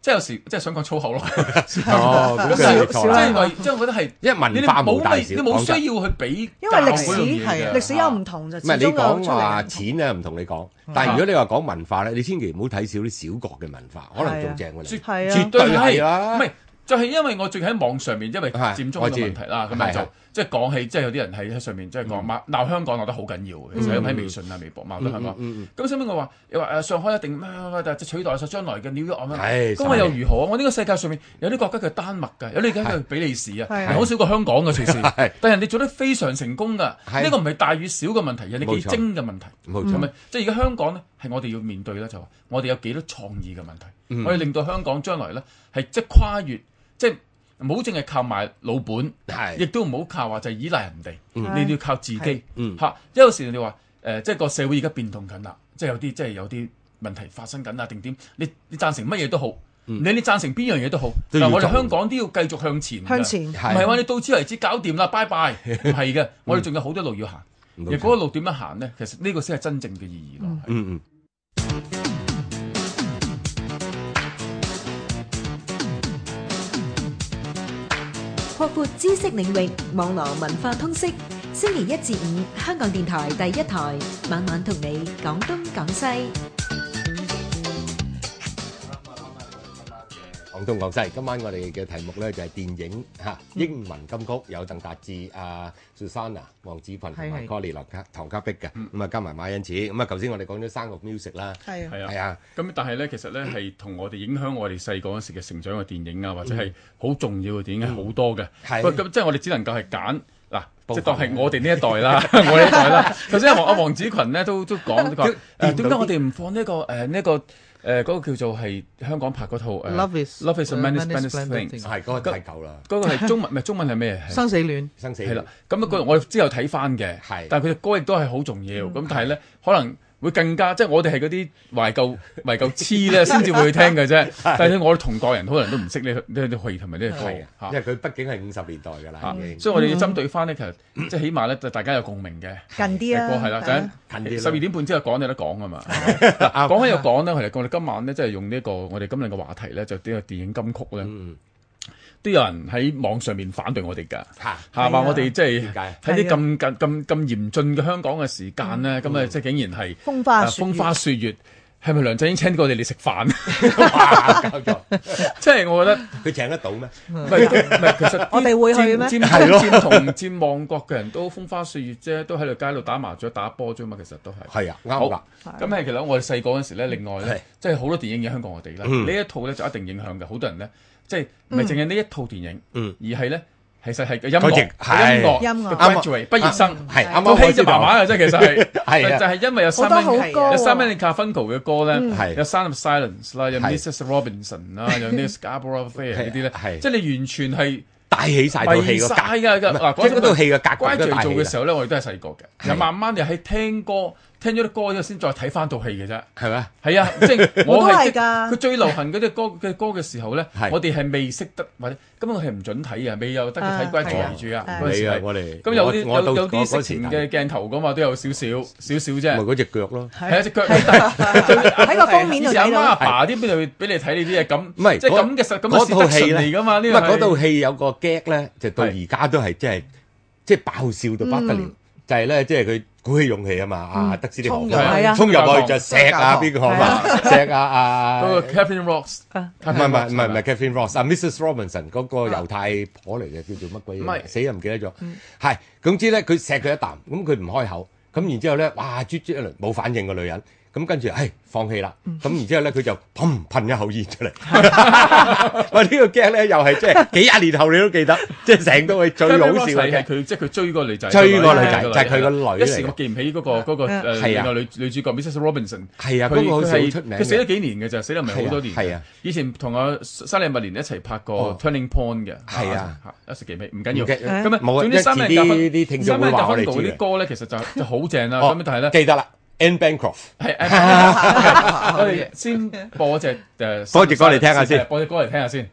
Speaker 5: 即係有時即係想講粗口咯。
Speaker 2: 哦，咁
Speaker 5: 即
Speaker 2: 就係
Speaker 5: 係
Speaker 2: 錯
Speaker 5: 即
Speaker 2: 啦
Speaker 5: 係為即係我覺得係
Speaker 2: 因為
Speaker 5: 你
Speaker 2: 文化
Speaker 5: 哋
Speaker 2: 冇大
Speaker 5: 冇
Speaker 2: 小，
Speaker 5: 你冇
Speaker 2: 講真
Speaker 5: 需要去比
Speaker 4: 因為歷
Speaker 5: 較嗰樣
Speaker 4: 史啊
Speaker 5: 嘢
Speaker 3: 係
Speaker 5: 嘅
Speaker 4: 歷史有唔同就始
Speaker 2: 唔係
Speaker 4: 終
Speaker 2: 你
Speaker 4: 有出
Speaker 2: 講
Speaker 4: 嚟
Speaker 2: 話
Speaker 4: 嘅
Speaker 2: 錢咧唔同你講，但係如果你話講文化咧，你千祈唔好睇少啲小國嘅文化，可能仲正過
Speaker 5: 絕
Speaker 2: 你。
Speaker 4: 係
Speaker 2: 絕
Speaker 4: 啊，
Speaker 2: 對
Speaker 5: 係
Speaker 2: 係
Speaker 5: 唔
Speaker 2: 啦，
Speaker 5: 係就係因為我最近喺網上面，因為
Speaker 2: 係
Speaker 5: 佔中
Speaker 2: 我
Speaker 5: 嘅
Speaker 2: 知
Speaker 5: 問題啦，咁樣
Speaker 2: 係係
Speaker 5: 就即係講起，即係有啲人喺喺上面即係講罵鬧香港鬧得好緊要嘅，其實喺微信啊、微博鬧
Speaker 2: Ừ,
Speaker 5: 得香港。
Speaker 2: 嗯
Speaker 5: 咁所以我話又話誒上海一定咩咩咩，但係取代咗將來嘅 New York 咁樣
Speaker 2: 係
Speaker 5: 咁我又 如何啊？我呢個世界上面有啲國家叫丹麥㗎，有啲國家叫比利時啊，
Speaker 4: 係
Speaker 5: 係好少過香港嘅隨
Speaker 2: 係
Speaker 5: 時。但係人哋做得非常成功㗎，
Speaker 2: 係
Speaker 5: 呢個唔係大與小嘅問題，人哋幾
Speaker 2: 冇錯
Speaker 5: 精嘅問題。
Speaker 2: 嗯，冇
Speaker 5: 係
Speaker 2: 錯，
Speaker 5: 咪？即係而家香港咧，係我哋要面對咧，就話我哋有幾多創意嘅問題，
Speaker 2: 嗯
Speaker 5: 我哋令到香港將來咧係即係跨越，即係唔好淨係靠埋老本，亦
Speaker 2: 係
Speaker 5: 都唔好靠話就係依賴人哋，
Speaker 4: 嗯
Speaker 5: 你都要靠自己
Speaker 2: 嗯
Speaker 5: 嚇。因為有時人哋話誒，即係個社會而家變動緊啦，即係有啲即係有啲問題發生緊啊，定點？你你贊成乜嘢都好，你你贊成邊樣嘢都好，
Speaker 2: 嗯都
Speaker 5: 但
Speaker 2: 要
Speaker 5: 係我哋
Speaker 2: 做
Speaker 5: 香港都要繼續向前㗎，
Speaker 4: 向前
Speaker 5: 唔係話你到此為止搞掂 啦，拜拜，唔係嘅，我哋仲有好多路要行。
Speaker 2: 嗯冇
Speaker 5: 如
Speaker 2: 錯
Speaker 5: 果個路點樣行咧，其實呢個先係真正嘅意義咯。係
Speaker 2: 嗯嗯。
Speaker 1: 擴闊知識領域，網絡文化通識。星期一至五，香港電台第一台，晚晚同你講東講西。
Speaker 2: 廣東廣西，今晚我哋嘅題目咧就係電影嚇英文金曲，有鄧達智、阿 Susanna、黃子群同埋
Speaker 3: 係係
Speaker 2: Colly 唐家唐家碧嘅，咁啊加埋馬恩子，咁啊頭先我哋講咗三個 music à. 啦，
Speaker 3: 係啊，
Speaker 5: 係
Speaker 2: 係
Speaker 5: 啊，
Speaker 2: 啊，
Speaker 5: 咁但係咧，其實咧係同我哋影響我哋細個嗰時嘅成長嘅電影啊，或者係好重要嘅電影係好多嘅。
Speaker 2: 嗯係
Speaker 5: 不過咁即係我哋只能夠係揀嗱，
Speaker 2: 部
Speaker 5: 即
Speaker 2: 分
Speaker 5: 係當係我哋呢一代啦， 我呢一代啦。頭先阿黃阿黃子群咧都都講 佢話
Speaker 2: 都
Speaker 5: 誒點解我哋唔放呢個誒呢個誒嗰個叫做係香港拍嗰套誒
Speaker 3: Love is-
Speaker 5: Love is a
Speaker 3: uh,
Speaker 5: Man
Speaker 3: Man is
Speaker 5: is
Speaker 3: Splendid
Speaker 5: Thing
Speaker 3: Thing
Speaker 2: 係嗰個太舊啦，
Speaker 5: 嗰個係中文唔係中文係咩？係
Speaker 3: 生死戀
Speaker 2: 生死
Speaker 5: 係啦，咁啊，佢我之後睇翻嘅
Speaker 2: 嗯係，嗯
Speaker 5: 但係佢嘅歌亦都係好重要。咁但係咧，可能會更加即係我哋係嗰啲 懷舊懷舊痴咧，先至會去聽嘅啫。但係我哋同代人可能都唔識呢呢啲戲同埋呢個歌
Speaker 2: 係
Speaker 5: 嚇
Speaker 2: 啊，因為佢畢竟係五十年代㗎啦，已
Speaker 5: 嚇
Speaker 2: 經
Speaker 5: 所以我哋
Speaker 4: 嗯
Speaker 5: 要針對翻咧，其實即係起碼咧，就大家有共鳴嘅。
Speaker 4: 近啲啊，
Speaker 5: 歌係啦，
Speaker 4: 係啊
Speaker 5: 就
Speaker 2: 近啲啦
Speaker 5: 係十二點半之後講有得講啊嘛。嗱講起又講咧，其實我哋今晚咧，即係用呢一個我哋今日嘅話題咧，就呢個電影金曲咧，
Speaker 2: 嗯
Speaker 5: 都有人喺網上面反對我哋㗎。
Speaker 2: 嚇
Speaker 5: 嚇
Speaker 4: 係啊
Speaker 5: 話我哋即係
Speaker 2: 點解
Speaker 5: 喺啲咁咁咁咁嚴峻嘅香港嘅時間咧，咁啊即係竟然係
Speaker 4: 風花
Speaker 5: 啊
Speaker 4: 雪月
Speaker 5: 風花雪月，係咪梁振英請過我哋嚟食飯？啊
Speaker 2: 哇搞錯，
Speaker 5: 即係我覺得
Speaker 2: 佢請得到咩？
Speaker 5: 唔係唔係，其實
Speaker 4: 我哋會去咩
Speaker 5: 佔佔佔同佔旺角嘅人都風花雪月啫，都喺條街度打麻雀打波啫嘛，其實都係。
Speaker 2: 係啊，
Speaker 5: 好
Speaker 2: 啱啦，
Speaker 5: 咁係其實我哋細個嗰陣時咧，另外
Speaker 2: 係
Speaker 5: 咧，即係好多電影影響過我哋啦。
Speaker 2: 嗯
Speaker 5: 呢一套咧就一定影響嘅，好多人咧，即係唔係淨係呢一套電影，
Speaker 2: 嗯
Speaker 5: 而係咧其實係個音
Speaker 2: 嗰隻
Speaker 5: 樂、
Speaker 2: 係
Speaker 5: 音樂、
Speaker 4: 音樂
Speaker 5: 嘅 graduate 畢業生。
Speaker 2: 係啱啱
Speaker 5: 個
Speaker 2: 我
Speaker 5: 戲就
Speaker 2: 知
Speaker 5: 麻
Speaker 2: 道，
Speaker 5: 麻嘅啫，其實係
Speaker 2: 係啊
Speaker 5: 就係因為有
Speaker 4: 好
Speaker 5: 三
Speaker 4: 多嗯
Speaker 5: 蚊
Speaker 4: 好
Speaker 3: 蚊
Speaker 4: 歌
Speaker 5: 有
Speaker 4: 喎
Speaker 5: 三蚊 Carfunkel 嘅歌
Speaker 2: 係
Speaker 5: 咧，有 Sound of Silence 啦，有
Speaker 2: 係
Speaker 5: Mrs Robinson 啦， 有呢個 Scarborough Fair 啊呢啲
Speaker 2: 係
Speaker 5: 咧，即係你完全係
Speaker 2: 帶起晒套戲
Speaker 5: 迷
Speaker 2: 個
Speaker 5: 晒
Speaker 2: 格，
Speaker 5: 㗎㗎。嗱，
Speaker 2: 即係嗰套戲嘅格局都
Speaker 5: Graduate
Speaker 2: 帶
Speaker 5: 做
Speaker 2: 起
Speaker 5: 嘅
Speaker 2: 啦
Speaker 5: 時，候咧，我哋都係細個嘅，
Speaker 2: 係
Speaker 5: 又慢慢又喺聽歌，聽咗啲歌之後先再睇翻套戲嘅啫。
Speaker 2: 係咪？
Speaker 5: 係 啊，即係我
Speaker 4: 我都係
Speaker 5: 係即
Speaker 4: 㗎
Speaker 5: 佢最流行嗰啲歌嘅歌嘅時候咧
Speaker 2: 係，
Speaker 5: 我哋係未識得或者根本係唔準睇啊，未有得去
Speaker 4: 啊
Speaker 5: 睇
Speaker 4: 係啊
Speaker 5: graduate 住啊
Speaker 4: 啊
Speaker 5: 嗰陣時
Speaker 2: 你啊
Speaker 5: 係，
Speaker 2: 我哋
Speaker 5: 咁有啲
Speaker 2: 我我到
Speaker 5: 有有啲
Speaker 2: 嗰
Speaker 5: 色
Speaker 2: 嗰時睇
Speaker 5: 情嘅鏡頭噶嘛，都有少少少少
Speaker 2: 咪
Speaker 5: 啫。
Speaker 2: 嗰只腳咯。
Speaker 5: 係啊，只腳
Speaker 4: 喺個封面
Speaker 5: 以
Speaker 4: 度
Speaker 5: 前阿
Speaker 4: 睇
Speaker 5: 媽阿
Speaker 4: 到，
Speaker 5: 爸啲邊度會俾你睇呢啲嘢咁，
Speaker 2: 唔係
Speaker 5: 即係
Speaker 2: 嗰
Speaker 5: 咁嘅實咁嘅
Speaker 2: 嗰套
Speaker 5: seduction
Speaker 2: 戲咧
Speaker 5: 嚟噶嘛？呢
Speaker 2: 唔
Speaker 5: 個
Speaker 2: 係嗰
Speaker 5: 係
Speaker 2: 套戲有個 gag 咧，就到而家都係即係即係爆笑到不得了，就係咧即係佢鼓起勇氣啊嘛，啊德斯啲
Speaker 3: 衝入
Speaker 4: 係啊
Speaker 2: 衝入去就錫啊邊個啊，錫啊啊
Speaker 5: 嗰個 Captain Rocks，
Speaker 4: 啊
Speaker 2: 唔係唔係唔係唔係 Catherine Ross 啊，Mrs Robinson 嗰個猶太婆嚟嘅，叫做乜鬼
Speaker 5: 唔
Speaker 2: 嘢？
Speaker 5: 係
Speaker 2: 死人唔記得咗。係，總之咧佢錫佢一啖，咁佢唔開口，咁然之後咧，哇，啜啜一輪冇反應個女人，咁跟住，唉，放棄啦。咁然之後咧，佢就砰噴一口煙 出嚟。 喂，呢個 g 咧又係即係幾廿年後你都記得，即係成個係最好笑嘅
Speaker 5: 係
Speaker 2: gag
Speaker 5: 佢即係佢追個女仔，啊
Speaker 2: 追個女仔就係佢個女嚟嘅
Speaker 5: 一時我記唔起嗰個嗰個
Speaker 4: 嗯
Speaker 5: 誒
Speaker 2: 係啊
Speaker 5: 另外女女主角 Mrs. Robinson。
Speaker 2: 係啊，
Speaker 5: 佢
Speaker 2: 嗰個好似好
Speaker 5: 佢
Speaker 2: 出名
Speaker 5: 佢死
Speaker 2: 嘅。
Speaker 5: 咗幾年嘅咋，死得唔係好多年。
Speaker 2: 係啊係啊，
Speaker 5: 以前同阿莎莉麥蓮一齊拍過
Speaker 2: 哦
Speaker 5: 《Turning Point》嘅。
Speaker 2: 係啊
Speaker 5: 啊，一時記尾唔緊要。
Speaker 2: 唔緊
Speaker 5: 咁啊，
Speaker 2: 冇啊
Speaker 5: 總之三
Speaker 2: 因為
Speaker 5: 零
Speaker 2: 遲啲
Speaker 5: 九
Speaker 2: 啲聽眾會話我哋知
Speaker 5: 啲
Speaker 2: 嘅。
Speaker 5: 歌咧，其實就就好正啦。
Speaker 2: 哦
Speaker 5: 咁但係咧，
Speaker 2: 記得啦，Anne Bancroft
Speaker 5: 係我哋先播隻誒，
Speaker 2: 播隻歌嚟聽下先
Speaker 5: 播隻歌嚟聽下先。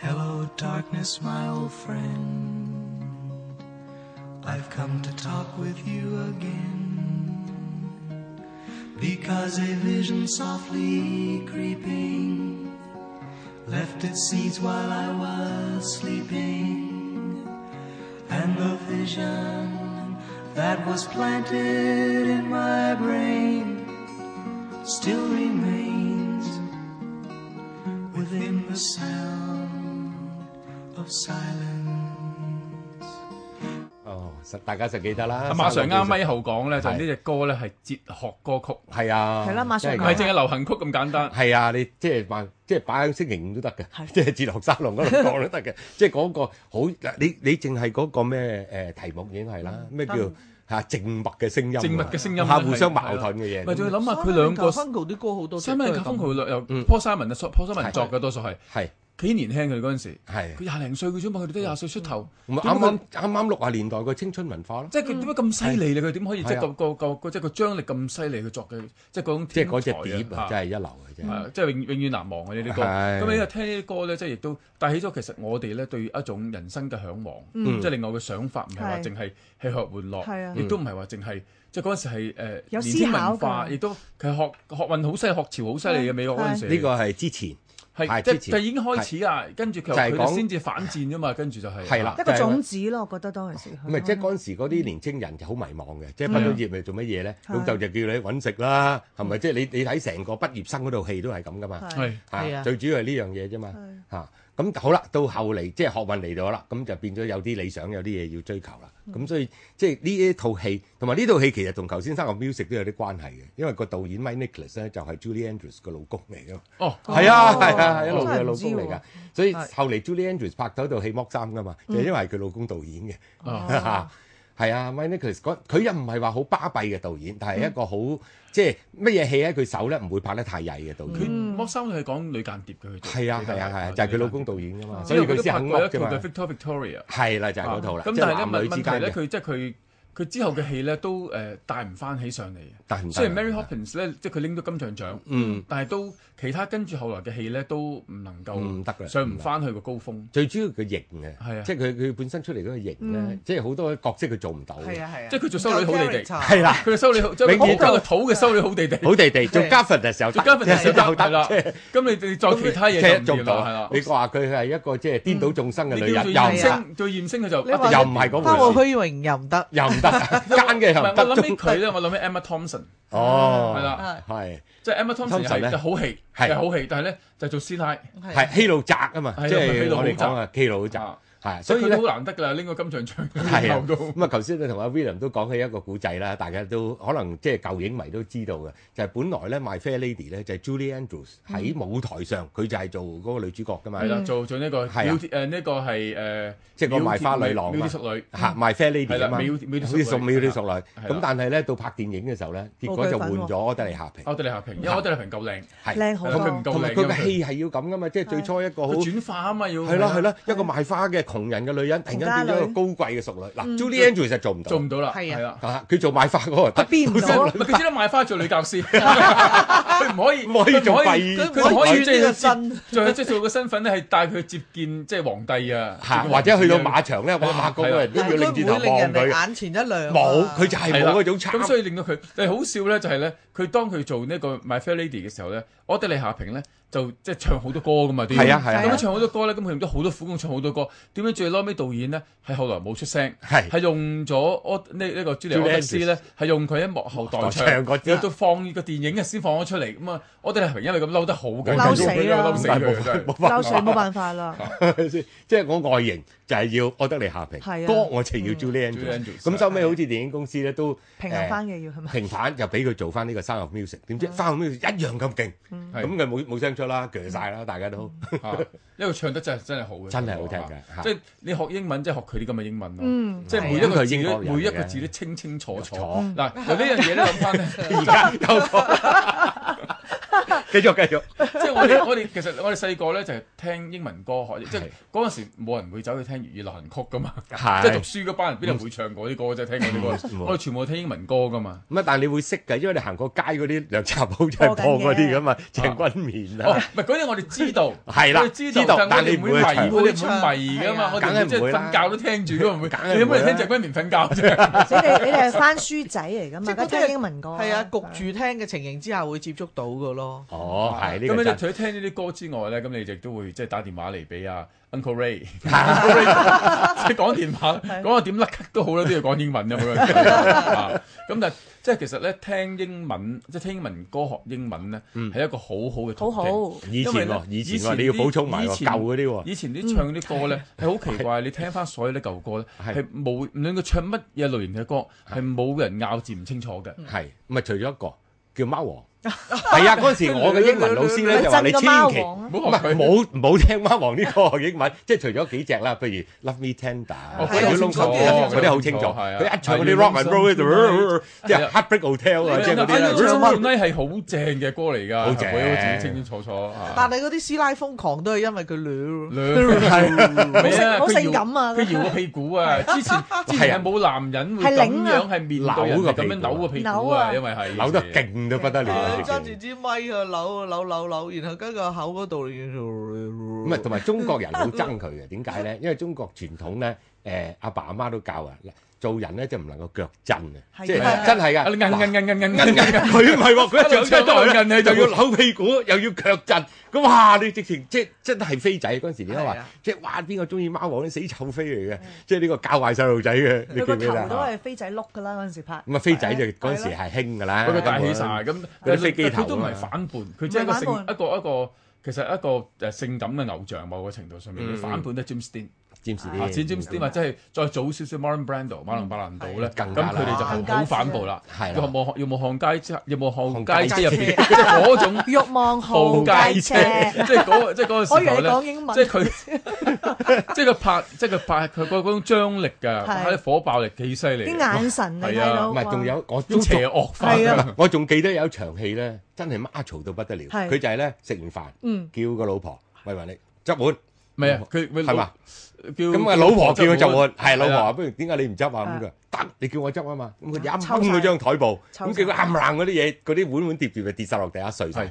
Speaker 6: Hello, darkness, my old friend. I've come to talk with you again. Because a vision softly creeping left its seeds while I was sleeping. And the vision that was planted in my brain still remains within the sound of silence.
Speaker 2: 哦，實大家實記得啦。
Speaker 5: 馬上啱咪
Speaker 2: 係
Speaker 5: 後講咧，就
Speaker 2: 係
Speaker 5: 呢只歌咧係哲學歌曲，唔
Speaker 2: 係啊，
Speaker 4: 係啦馬上
Speaker 2: 真
Speaker 5: 係
Speaker 2: 㗎
Speaker 4: 講
Speaker 5: 淨係流行曲咁簡單。
Speaker 2: 係啊，你即係話，即係擺喺星期五都得
Speaker 4: 係
Speaker 2: 嘅，即係哲學沙龍嗰度講都得 嘅。即係嗰個好，你你淨係嗰個咩誒題目已經係啦，咩叫嚇靜默嘅聲音啊，
Speaker 5: 靜默嘅聲音
Speaker 2: 嚇
Speaker 5: 係
Speaker 2: 互相矛盾嘅
Speaker 5: 咪
Speaker 2: 嘢，
Speaker 5: 仲要諗下佢兩個
Speaker 3: f u n 啲歌好多隻
Speaker 5: 三
Speaker 3: 都
Speaker 5: 蚊
Speaker 3: 係咁，
Speaker 5: 卡風佢又
Speaker 2: 嗯
Speaker 5: Paul Simon 啊，Paul Simon 作嘅多數係
Speaker 2: 係
Speaker 5: 幾年輕佢哋嗰陣時，
Speaker 2: 係
Speaker 5: 佢。廿零歲嘅啫嘛，佢哋都廿
Speaker 4: 嗯
Speaker 5: 歲出頭，
Speaker 2: 咁啊
Speaker 5: 點
Speaker 2: 啱
Speaker 5: 解佢
Speaker 2: 啱啱啱六啊年代嘅青春文化咯，
Speaker 5: 即係佢
Speaker 4: 嗯
Speaker 5: 點解咁犀利咧？佢點可以即
Speaker 2: 係
Speaker 5: 係
Speaker 2: 啊
Speaker 5: 個個個個即係個張力咁犀利？佢作嘅即係嗰種
Speaker 2: 即係嗰隻
Speaker 5: 天才
Speaker 2: 碟啊，真係一流嘅
Speaker 5: 係
Speaker 2: 啫。
Speaker 5: 啊即係永永遠難忘嘅呢啲歌。
Speaker 2: 係
Speaker 5: 咁你又聽呢啲歌咧，即係亦都帶起咗其實我哋咧對一種人生嘅向往，
Speaker 2: 嗯
Speaker 5: 即係另外嘅想法，唔係話
Speaker 4: 係
Speaker 5: 淨係吃喝玩樂，
Speaker 4: 係啊
Speaker 5: 亦都唔係話淨係即係嗰陣時係誒
Speaker 4: 有
Speaker 5: 年
Speaker 4: 思
Speaker 5: 輕
Speaker 4: 考
Speaker 5: 文
Speaker 4: 㗎
Speaker 5: 化，亦都佢學學運好犀利，學潮好犀利嘅
Speaker 4: 係
Speaker 5: 美國嗰陣時。
Speaker 2: 呢個係之前
Speaker 5: 係
Speaker 2: 係
Speaker 5: 即
Speaker 2: 之前
Speaker 5: 係已經開始啊，跟住其實
Speaker 2: 就係
Speaker 5: 佢哋
Speaker 2: 講
Speaker 5: 先至反戰啫嘛，跟住就係
Speaker 2: 係啦
Speaker 4: 一
Speaker 2: 就
Speaker 4: 個
Speaker 2: 係
Speaker 4: 種子咯，我覺得當陣時佢
Speaker 2: 唔係，即係嗰陣時嗰啲年青人就好迷茫嘅，即係畢咗業咪做乜嘢咧？
Speaker 4: 係
Speaker 2: 老豆就叫你揾食啦，係咪？即係你你睇成個畢業生嗰套戲都係咁噶嘛，
Speaker 4: 係
Speaker 5: 係
Speaker 3: 係啊
Speaker 2: 最主要係呢樣嘢啫嘛，嚇啊咁好啦，到後嚟即係學運嚟到啦，咁就變咗有啲理想，有啲嘢要追求啦。
Speaker 4: 嗯
Speaker 2: 咁所以即係呢一套戲，同埋呢套戲其實同頭先生個 music 都有啲關係嘅，因為個導演 Mike Nicholas 咧就係 Julie Andrews 個老公嚟噶嘛。
Speaker 5: 哦，
Speaker 2: 係啊，係啊，係一路
Speaker 4: 真係
Speaker 2: 嘅
Speaker 4: 唔
Speaker 2: 老
Speaker 4: 知
Speaker 2: 公嚟
Speaker 4: 喎
Speaker 2: 㗎，所以
Speaker 3: 係
Speaker 2: 後嚟 Julie Andrews 拍咗套戲剝衫㗎嘛，就
Speaker 4: 嗯
Speaker 2: 因為係佢老公導演嘅。
Speaker 5: 啊
Speaker 4: 哦
Speaker 2: 嚇 係啊 m i n i c h l s 佢又唔係話好巴閉嘅導演，但係一
Speaker 4: 嗯
Speaker 2: 個好、即係乜嘢戲喺佢手咧，唔會拍得太曳嘅導
Speaker 5: 佢
Speaker 2: 演。
Speaker 3: 嗯
Speaker 5: 剝衫係講女間諜嘅佢做，
Speaker 2: 係啊係啊係啊，就係佢老公導演㗎嘛，所
Speaker 5: 所以
Speaker 2: 以
Speaker 5: 佢
Speaker 2: 佢
Speaker 5: 都
Speaker 2: 先
Speaker 5: 拍
Speaker 2: 肯
Speaker 5: 過一
Speaker 2: 噏
Speaker 5: 套
Speaker 2: 㗎
Speaker 5: 嘅
Speaker 2: 嘛。
Speaker 5: Victor Victoria，
Speaker 2: 係啦，就係嗰套啦，
Speaker 5: 咁
Speaker 2: 即
Speaker 5: 但
Speaker 2: 係
Speaker 5: 係咧
Speaker 2: 男女
Speaker 5: 問
Speaker 2: 之
Speaker 5: 問
Speaker 2: 間
Speaker 5: 題咧，
Speaker 2: 嘅。
Speaker 5: 佢即係佢佢之後嘅戲咧都誒帶唔翻起上嚟嘅。
Speaker 2: 但唔得
Speaker 5: 雖然 Mary
Speaker 2: 唔得
Speaker 5: Hopkins 咧即係佢拎到金像獎，
Speaker 2: 嗯，
Speaker 5: 但係都其他跟住後來嘅戲咧都唔能
Speaker 2: 唔得
Speaker 5: 夠
Speaker 2: 㗎
Speaker 5: 上唔翻去個高峰。
Speaker 2: 最主要佢型
Speaker 5: 係
Speaker 2: 嘅，
Speaker 5: 啊
Speaker 2: 即係佢佢本身出嚟嗰個型咧，即係好多角色佢做唔到嘅。
Speaker 3: 係啊係啊，
Speaker 5: 即係佢做修女好地地
Speaker 3: 係
Speaker 2: 啦
Speaker 5: 佢嘅修理好，即係
Speaker 2: 永遠
Speaker 5: 佢個肚嘅修理好地地。
Speaker 2: 好地地做
Speaker 3: 係
Speaker 2: Gavin 嘅時候得，
Speaker 5: 做嘉賓嘅時候
Speaker 2: 即係好
Speaker 5: 係啦
Speaker 2: 即係，
Speaker 5: 咁你你再其他嘢
Speaker 2: 即係
Speaker 5: 就
Speaker 2: 做
Speaker 5: 唔掂
Speaker 2: 唔
Speaker 5: 啦，
Speaker 2: 到
Speaker 5: 係啦。
Speaker 2: 你話佢係一個即係顛倒眾生嘅
Speaker 5: 你
Speaker 2: 女
Speaker 5: 叫
Speaker 2: 人，又
Speaker 5: 做
Speaker 2: 唔
Speaker 5: 艷
Speaker 2: 得，
Speaker 5: 星，做艷星佢就
Speaker 3: 你話
Speaker 2: 又唔係
Speaker 3: 花
Speaker 2: 嗰
Speaker 3: 無
Speaker 2: 回事，
Speaker 3: 虛榮又唔得，
Speaker 2: 又唔得，奸嘅
Speaker 5: 唔
Speaker 2: 又唔
Speaker 5: 係我
Speaker 2: 得
Speaker 5: 諗起，佢咧，我諗起 Emma Thompson，
Speaker 2: 哦，
Speaker 5: 係啦
Speaker 2: 係
Speaker 5: 即係 Emma Thompson
Speaker 2: Thompson
Speaker 5: 又係
Speaker 2: 咧
Speaker 5: 就好戲，
Speaker 2: 係
Speaker 5: 係好戲，但係咧就做師奶，
Speaker 2: 係希路澤啊嘛，
Speaker 5: 係
Speaker 2: 即
Speaker 5: 希
Speaker 2: 係
Speaker 5: 路好
Speaker 2: 我哋講啊，希路澤
Speaker 5: 啊
Speaker 2: 係，所
Speaker 5: 所以
Speaker 2: 以
Speaker 5: 佢
Speaker 2: 咧
Speaker 5: 都。好難得㗎啦，拎個金像獎
Speaker 2: 係
Speaker 5: 以
Speaker 2: 啊，
Speaker 5: 後都。
Speaker 2: 咁啊，頭先你同阿 William 都講起一個古仔啦，大家都可能即係舊影迷都知道嘅，就係、本來咧《My Fair Lady》咧就係 Julie Andrews 喺舞台上佢就係做嗰個女主角噶嘛，
Speaker 5: 係啦，做嗯做呢個
Speaker 2: 係啊
Speaker 5: beauty 誒呢個係誒，
Speaker 2: 即係個賣花女郎啊嘛
Speaker 5: beauty- beauty 淑女
Speaker 2: 嚇 My Fair
Speaker 5: 係
Speaker 2: Lady
Speaker 5: 啦
Speaker 2: 啊嘛，
Speaker 5: 美美
Speaker 2: 好
Speaker 5: 啲
Speaker 2: 似
Speaker 5: 淑
Speaker 2: 淑
Speaker 5: 女
Speaker 2: 美啲淑女，
Speaker 5: 係啦
Speaker 2: 咁但係咧到拍電影嘅時候咧，結果就換
Speaker 4: 冇佢份
Speaker 2: 咗柯德莉夏萍，
Speaker 5: 歐德利夏平，因為歐德利夏平夠靚，
Speaker 2: 係
Speaker 4: 靚好
Speaker 5: 佢唔
Speaker 4: 多，
Speaker 5: 夠
Speaker 2: 同埋
Speaker 5: 靚，
Speaker 2: 佢嘅戲係要咁噶嘛，即係最初一個好
Speaker 5: 佢。轉化啊嘛要
Speaker 2: 係啦係啦，一個賣花嘅窮人嘅女人，突然間變咗一個高貴嘅淑女。嗱，Julie Andrews 就做唔到，
Speaker 5: 做唔到啦，
Speaker 3: 係啊
Speaker 5: 係啦。
Speaker 2: 啊佢做賣花嗰個得，
Speaker 4: 變唔到啊。
Speaker 5: 咪佢只得賣花做女教 師，佢唔可以，
Speaker 2: 唔可以
Speaker 5: 佢唔
Speaker 2: 做
Speaker 5: 可
Speaker 2: 廢
Speaker 5: 以，佢唔可以
Speaker 3: 我
Speaker 5: 即
Speaker 3: 轉呢
Speaker 5: 係
Speaker 3: 個
Speaker 5: 接
Speaker 3: 身
Speaker 5: 再即係做個身份咧，係帶佢接見即係皇帝啊，
Speaker 2: 嚇，
Speaker 5: 接見
Speaker 2: 或者去到
Speaker 5: 王子啊
Speaker 2: 馬場咧，哇！馬嗰個人都要擰
Speaker 3: 佢
Speaker 2: 轉
Speaker 3: 唔會
Speaker 2: 頭
Speaker 3: 令
Speaker 2: 望
Speaker 3: 人哋
Speaker 2: 佢，
Speaker 3: 眼前一亮啊。
Speaker 2: 冇，佢就係
Speaker 5: 係啦
Speaker 2: 冇嗰種
Speaker 5: 咁
Speaker 2: 慘。
Speaker 5: 所以令到佢，誒好笑咧就係咧，佢當佢做呢個 My Fair Lady 嘅時候咧，我哋李夏平咧就即係唱好多歌噶嘛，都要
Speaker 2: 係啊係啊
Speaker 5: 咁
Speaker 2: 係
Speaker 5: 樣
Speaker 2: 啊
Speaker 5: 唱好多歌咧，咁佢用咗好多苦功唱好多歌，點解最嬲尾導演咧係後來冇出聲，
Speaker 2: 係
Speaker 5: 係用咗我呢呢個朱莉
Speaker 2: Julie
Speaker 5: 安德斯咧係用佢喺幕後代
Speaker 2: 代哦唱嗰啊
Speaker 5: 唱，
Speaker 2: 啲
Speaker 5: 有到放個電影嘅先放咗出嚟，咁啊我哋李夏平因為咁嬲得好緊要，
Speaker 4: 嬲死
Speaker 5: 嬲
Speaker 4: 啊
Speaker 5: 死
Speaker 2: 但係
Speaker 5: 佢
Speaker 2: 冇
Speaker 5: 真係。
Speaker 2: 冇
Speaker 4: 漏
Speaker 2: 辦
Speaker 4: 水
Speaker 2: 法，
Speaker 4: 冇辦法啦，
Speaker 2: 係咪先即係我外形就係要我得你下平
Speaker 4: 係啊
Speaker 2: 歌，我就要 Julie
Speaker 5: Julie
Speaker 2: Andrews。
Speaker 5: Andrews，
Speaker 2: 咁收尾好似電影公司咧都
Speaker 4: 平衡翻
Speaker 2: 誒
Speaker 4: 嘅要係咪？
Speaker 2: 平反就俾佢做翻呢個 Sound of Music，點知 Sound of Music 一樣咁勁，
Speaker 5: 係
Speaker 2: 咁佢冇冇聲出啦，鋸晒啦，大家都
Speaker 5: 啊因為唱得真係真係好嘅，
Speaker 2: 真係好聽
Speaker 5: 啊
Speaker 2: 嘅。
Speaker 5: 即係你學英文，即係學佢啲咁嘅英文咯。
Speaker 4: 嗯
Speaker 5: 即係每
Speaker 2: 係啊
Speaker 5: 一
Speaker 2: 咁佢
Speaker 5: 個
Speaker 2: 係
Speaker 5: 字
Speaker 2: 英
Speaker 5: 都
Speaker 2: 國人
Speaker 5: 每一個
Speaker 2: 嚟嘅
Speaker 5: 字都清清楚
Speaker 2: 楚
Speaker 5: 楚。嗱，有呢樣嘢咧諗翻咧，
Speaker 2: 而 家有個繼續繼續，
Speaker 5: 即係我哋我哋其實我哋細個咧就係聽英文歌學，即係
Speaker 2: 係
Speaker 5: 嗰陣時冇人會走去聽粵語流行曲噶嘛。即係讀
Speaker 2: 係。
Speaker 5: 書嗰班人邊度會唱嗰啲歌啫？聽嗰啲
Speaker 2: 嗯
Speaker 5: 歌，我哋全部聽英文歌噶嘛。
Speaker 2: 咁啊！但係你會識嘅，因為你行過街嗰啲涼茶鋪就係播嗰啲噶 嘛，鄭君綿
Speaker 5: 哦，
Speaker 2: 啊，
Speaker 5: 唔係嗰啲我哋知道，
Speaker 2: 係啦
Speaker 5: 我哋道
Speaker 2: 知道
Speaker 5: 但
Speaker 2: 但
Speaker 5: 係
Speaker 2: 你唔
Speaker 5: 我
Speaker 2: 會唱
Speaker 5: 哋唔會迷，我哋唔會迷噶
Speaker 4: 係啊
Speaker 5: 嘛。我
Speaker 2: 梗係
Speaker 5: 哋
Speaker 2: 唔
Speaker 5: 即係
Speaker 2: 會啦
Speaker 5: 瞓覺都聽住噶嘛，唔會
Speaker 2: 梗係唔會啦
Speaker 5: 你有冇聽鄭君綿瞓覺啫？
Speaker 4: 你哋你哋係翻書仔嚟㗎
Speaker 3: 即
Speaker 4: 嘛？
Speaker 3: 係
Speaker 4: 而
Speaker 3: 嗰
Speaker 4: 家
Speaker 3: 啲
Speaker 4: 聽英文歌
Speaker 3: 係啊，焗住聽嘅情形之下會接觸到嘅咯。
Speaker 2: 哦，係呢
Speaker 5: 咁
Speaker 2: 個
Speaker 5: 你
Speaker 2: 真
Speaker 5: 除咗聽呢啲歌之外咧，咁你亦都會即係打電話嚟俾阿 Uncle Ray，即係講電話，講下點甩咳都好啦，都要講英文咁樣。啊咁但係即係其實咧，聽英文即係聽英文歌學英文咧，
Speaker 2: 嗯
Speaker 5: 係一個好好嘅途
Speaker 4: 好
Speaker 5: 徑
Speaker 4: 好，
Speaker 2: 以
Speaker 5: 因為
Speaker 2: 前
Speaker 5: 咧
Speaker 2: 喎，以前
Speaker 5: 以前
Speaker 2: 喎，你要補充埋
Speaker 5: 啲以
Speaker 2: 喎，
Speaker 5: 前
Speaker 2: 舊嗰啲喎。
Speaker 5: 以前啲唱啲歌咧係好奇怪，你聽翻所有啲舊歌咧
Speaker 2: 嗯係
Speaker 5: 係冇，無論佢唱乜嘢類型嘅歌，係冇人咬字唔清楚嘅。
Speaker 2: 係，咪除咗一個叫貓 王，係啊！嗰陣時我嘅英文老師 咧就話你千祈唔
Speaker 4: 啊！
Speaker 5: 唔好學
Speaker 2: 係
Speaker 5: 佢。
Speaker 2: 冇冇聽貓王呢個英文， 即係除咗幾隻啦，譬如 Love Me Tender，
Speaker 5: 哦
Speaker 2: 鬼佬窿嗰啲好清楚，啊佢一唱嗰啲 Rock and Roll 即係 Heartbreak Hotel 啊，即係嗰啲
Speaker 5: 係
Speaker 2: 啦。
Speaker 5: 啊唱係好正嘅歌嚟㗎，
Speaker 2: 好正
Speaker 5: 我自己清清楚楚。啊
Speaker 3: 但係嗰啲師奶瘋狂都係因為佢撩。
Speaker 5: 係啊，
Speaker 4: 好
Speaker 5: 佢
Speaker 4: 性感啊
Speaker 5: 搖佢搖個屁股啊！之前之
Speaker 2: 係
Speaker 5: 前
Speaker 2: 啊
Speaker 5: 係冇男人會
Speaker 4: 係
Speaker 5: 咁
Speaker 4: 擰啊
Speaker 5: 樣係面對人哋咁樣扭個屁
Speaker 4: 扭
Speaker 5: 股
Speaker 4: 啊
Speaker 5: 啊，因為係
Speaker 2: 扭得。勁到不得了
Speaker 3: 係
Speaker 2: 啊
Speaker 3: 啊，揸住支咪啊，扭啊扭扭扭，然後跟個口嗰度
Speaker 2: 唔
Speaker 3: 嗯
Speaker 2: 係，同埋中國人好憎佢嘅，點解咧？因為中國傳統咧，誒阿爸阿媽都教啊，做人咧就唔能夠腳震
Speaker 4: 係
Speaker 2: 嘅，即
Speaker 4: 啊
Speaker 2: 係真係
Speaker 5: 啊
Speaker 2: 㗎。
Speaker 5: 你摁摁摁摁摁
Speaker 2: 摁
Speaker 5: 摁
Speaker 2: 摁佢唔係喎，佢一掌出到去
Speaker 5: 摁你就
Speaker 2: 就
Speaker 5: 要
Speaker 2: 要扭屁股，又要腳震，咁哇！你直情即係真係飛仔嗰陣時，點解
Speaker 3: 係
Speaker 2: 話
Speaker 3: 啊
Speaker 2: 即係哇？邊個中意貓王咧？死臭飛嚟嘅，即係呢個教壞細路仔嘅，你
Speaker 4: 佢
Speaker 2: 記
Speaker 4: 個
Speaker 2: 唔記得
Speaker 4: 頭都
Speaker 2: 啊？
Speaker 4: 係飛仔碌㗎啦，嗰陣時拍。
Speaker 2: 咁啊，飛仔就嗰陣時係興㗎啦，
Speaker 5: 佢個大起晒咁，
Speaker 2: 佢
Speaker 5: 但
Speaker 2: 啲飛機
Speaker 5: 係
Speaker 2: 頭啊嘛
Speaker 5: 佢都唔係反叛，佢只係
Speaker 4: 唔
Speaker 5: 一個
Speaker 4: 係反
Speaker 5: 性
Speaker 4: 叛
Speaker 5: 一個一個其實一個誒性感嘅偶像，某個程度上面
Speaker 2: 嗯
Speaker 5: 佢反叛都係 James Dean
Speaker 2: 占士嗯
Speaker 5: 啊
Speaker 2: 啲，
Speaker 5: ，James Dean 或者係再早少少 Marlon Brando 馬龍白蘭度咧，咁
Speaker 2: 更加啦
Speaker 5: 佢哋就好好反叛啦。
Speaker 2: 係
Speaker 5: 要
Speaker 2: 啦
Speaker 5: 望要望巷街之要望巷
Speaker 2: 巷
Speaker 5: 街車
Speaker 2: 街
Speaker 5: 入邊，即係嗰種
Speaker 4: 欲望號
Speaker 5: 暴
Speaker 4: 街
Speaker 5: 街
Speaker 4: 車
Speaker 5: 車，，即係嗰即係嗰個時
Speaker 4: 我以為
Speaker 5: 候
Speaker 4: 你講
Speaker 5: 咧。
Speaker 4: 英文
Speaker 5: 即係。佢，即係佢拍，即係佢拍，佢嗰嗰種張力㗎，
Speaker 4: 係
Speaker 5: 佢啲火爆力幾犀利，
Speaker 4: 啲眼神你睇
Speaker 5: 係啊
Speaker 4: 到，
Speaker 2: 唔係仲有我
Speaker 5: 種
Speaker 2: 中
Speaker 5: 邪惡化。
Speaker 3: 係 啊
Speaker 2: 我仲記得有一場戲咧，真係媽嘈到不得了。
Speaker 4: 係
Speaker 2: 佢就係咧食完飯，
Speaker 4: 嗯
Speaker 2: 叫個老婆喂埋你執碗，
Speaker 5: 唔係啊，佢佢
Speaker 2: 係嘛？
Speaker 5: 叫
Speaker 2: 咁啊老婆叫佢執碗，係老婆
Speaker 5: 係啦
Speaker 2: 話不如點解你唔執啊？咁
Speaker 4: 係
Speaker 2: 佢話得，你叫我執啊嘛。咁佢就一
Speaker 4: 抽
Speaker 2: 掹
Speaker 4: 晒
Speaker 2: 嗰張台布，
Speaker 4: 抽
Speaker 2: 咁結果冚唪唥嗰啲嘢，嗰啲碗碗碟住咪跌晒落地下碎晒
Speaker 5: 係。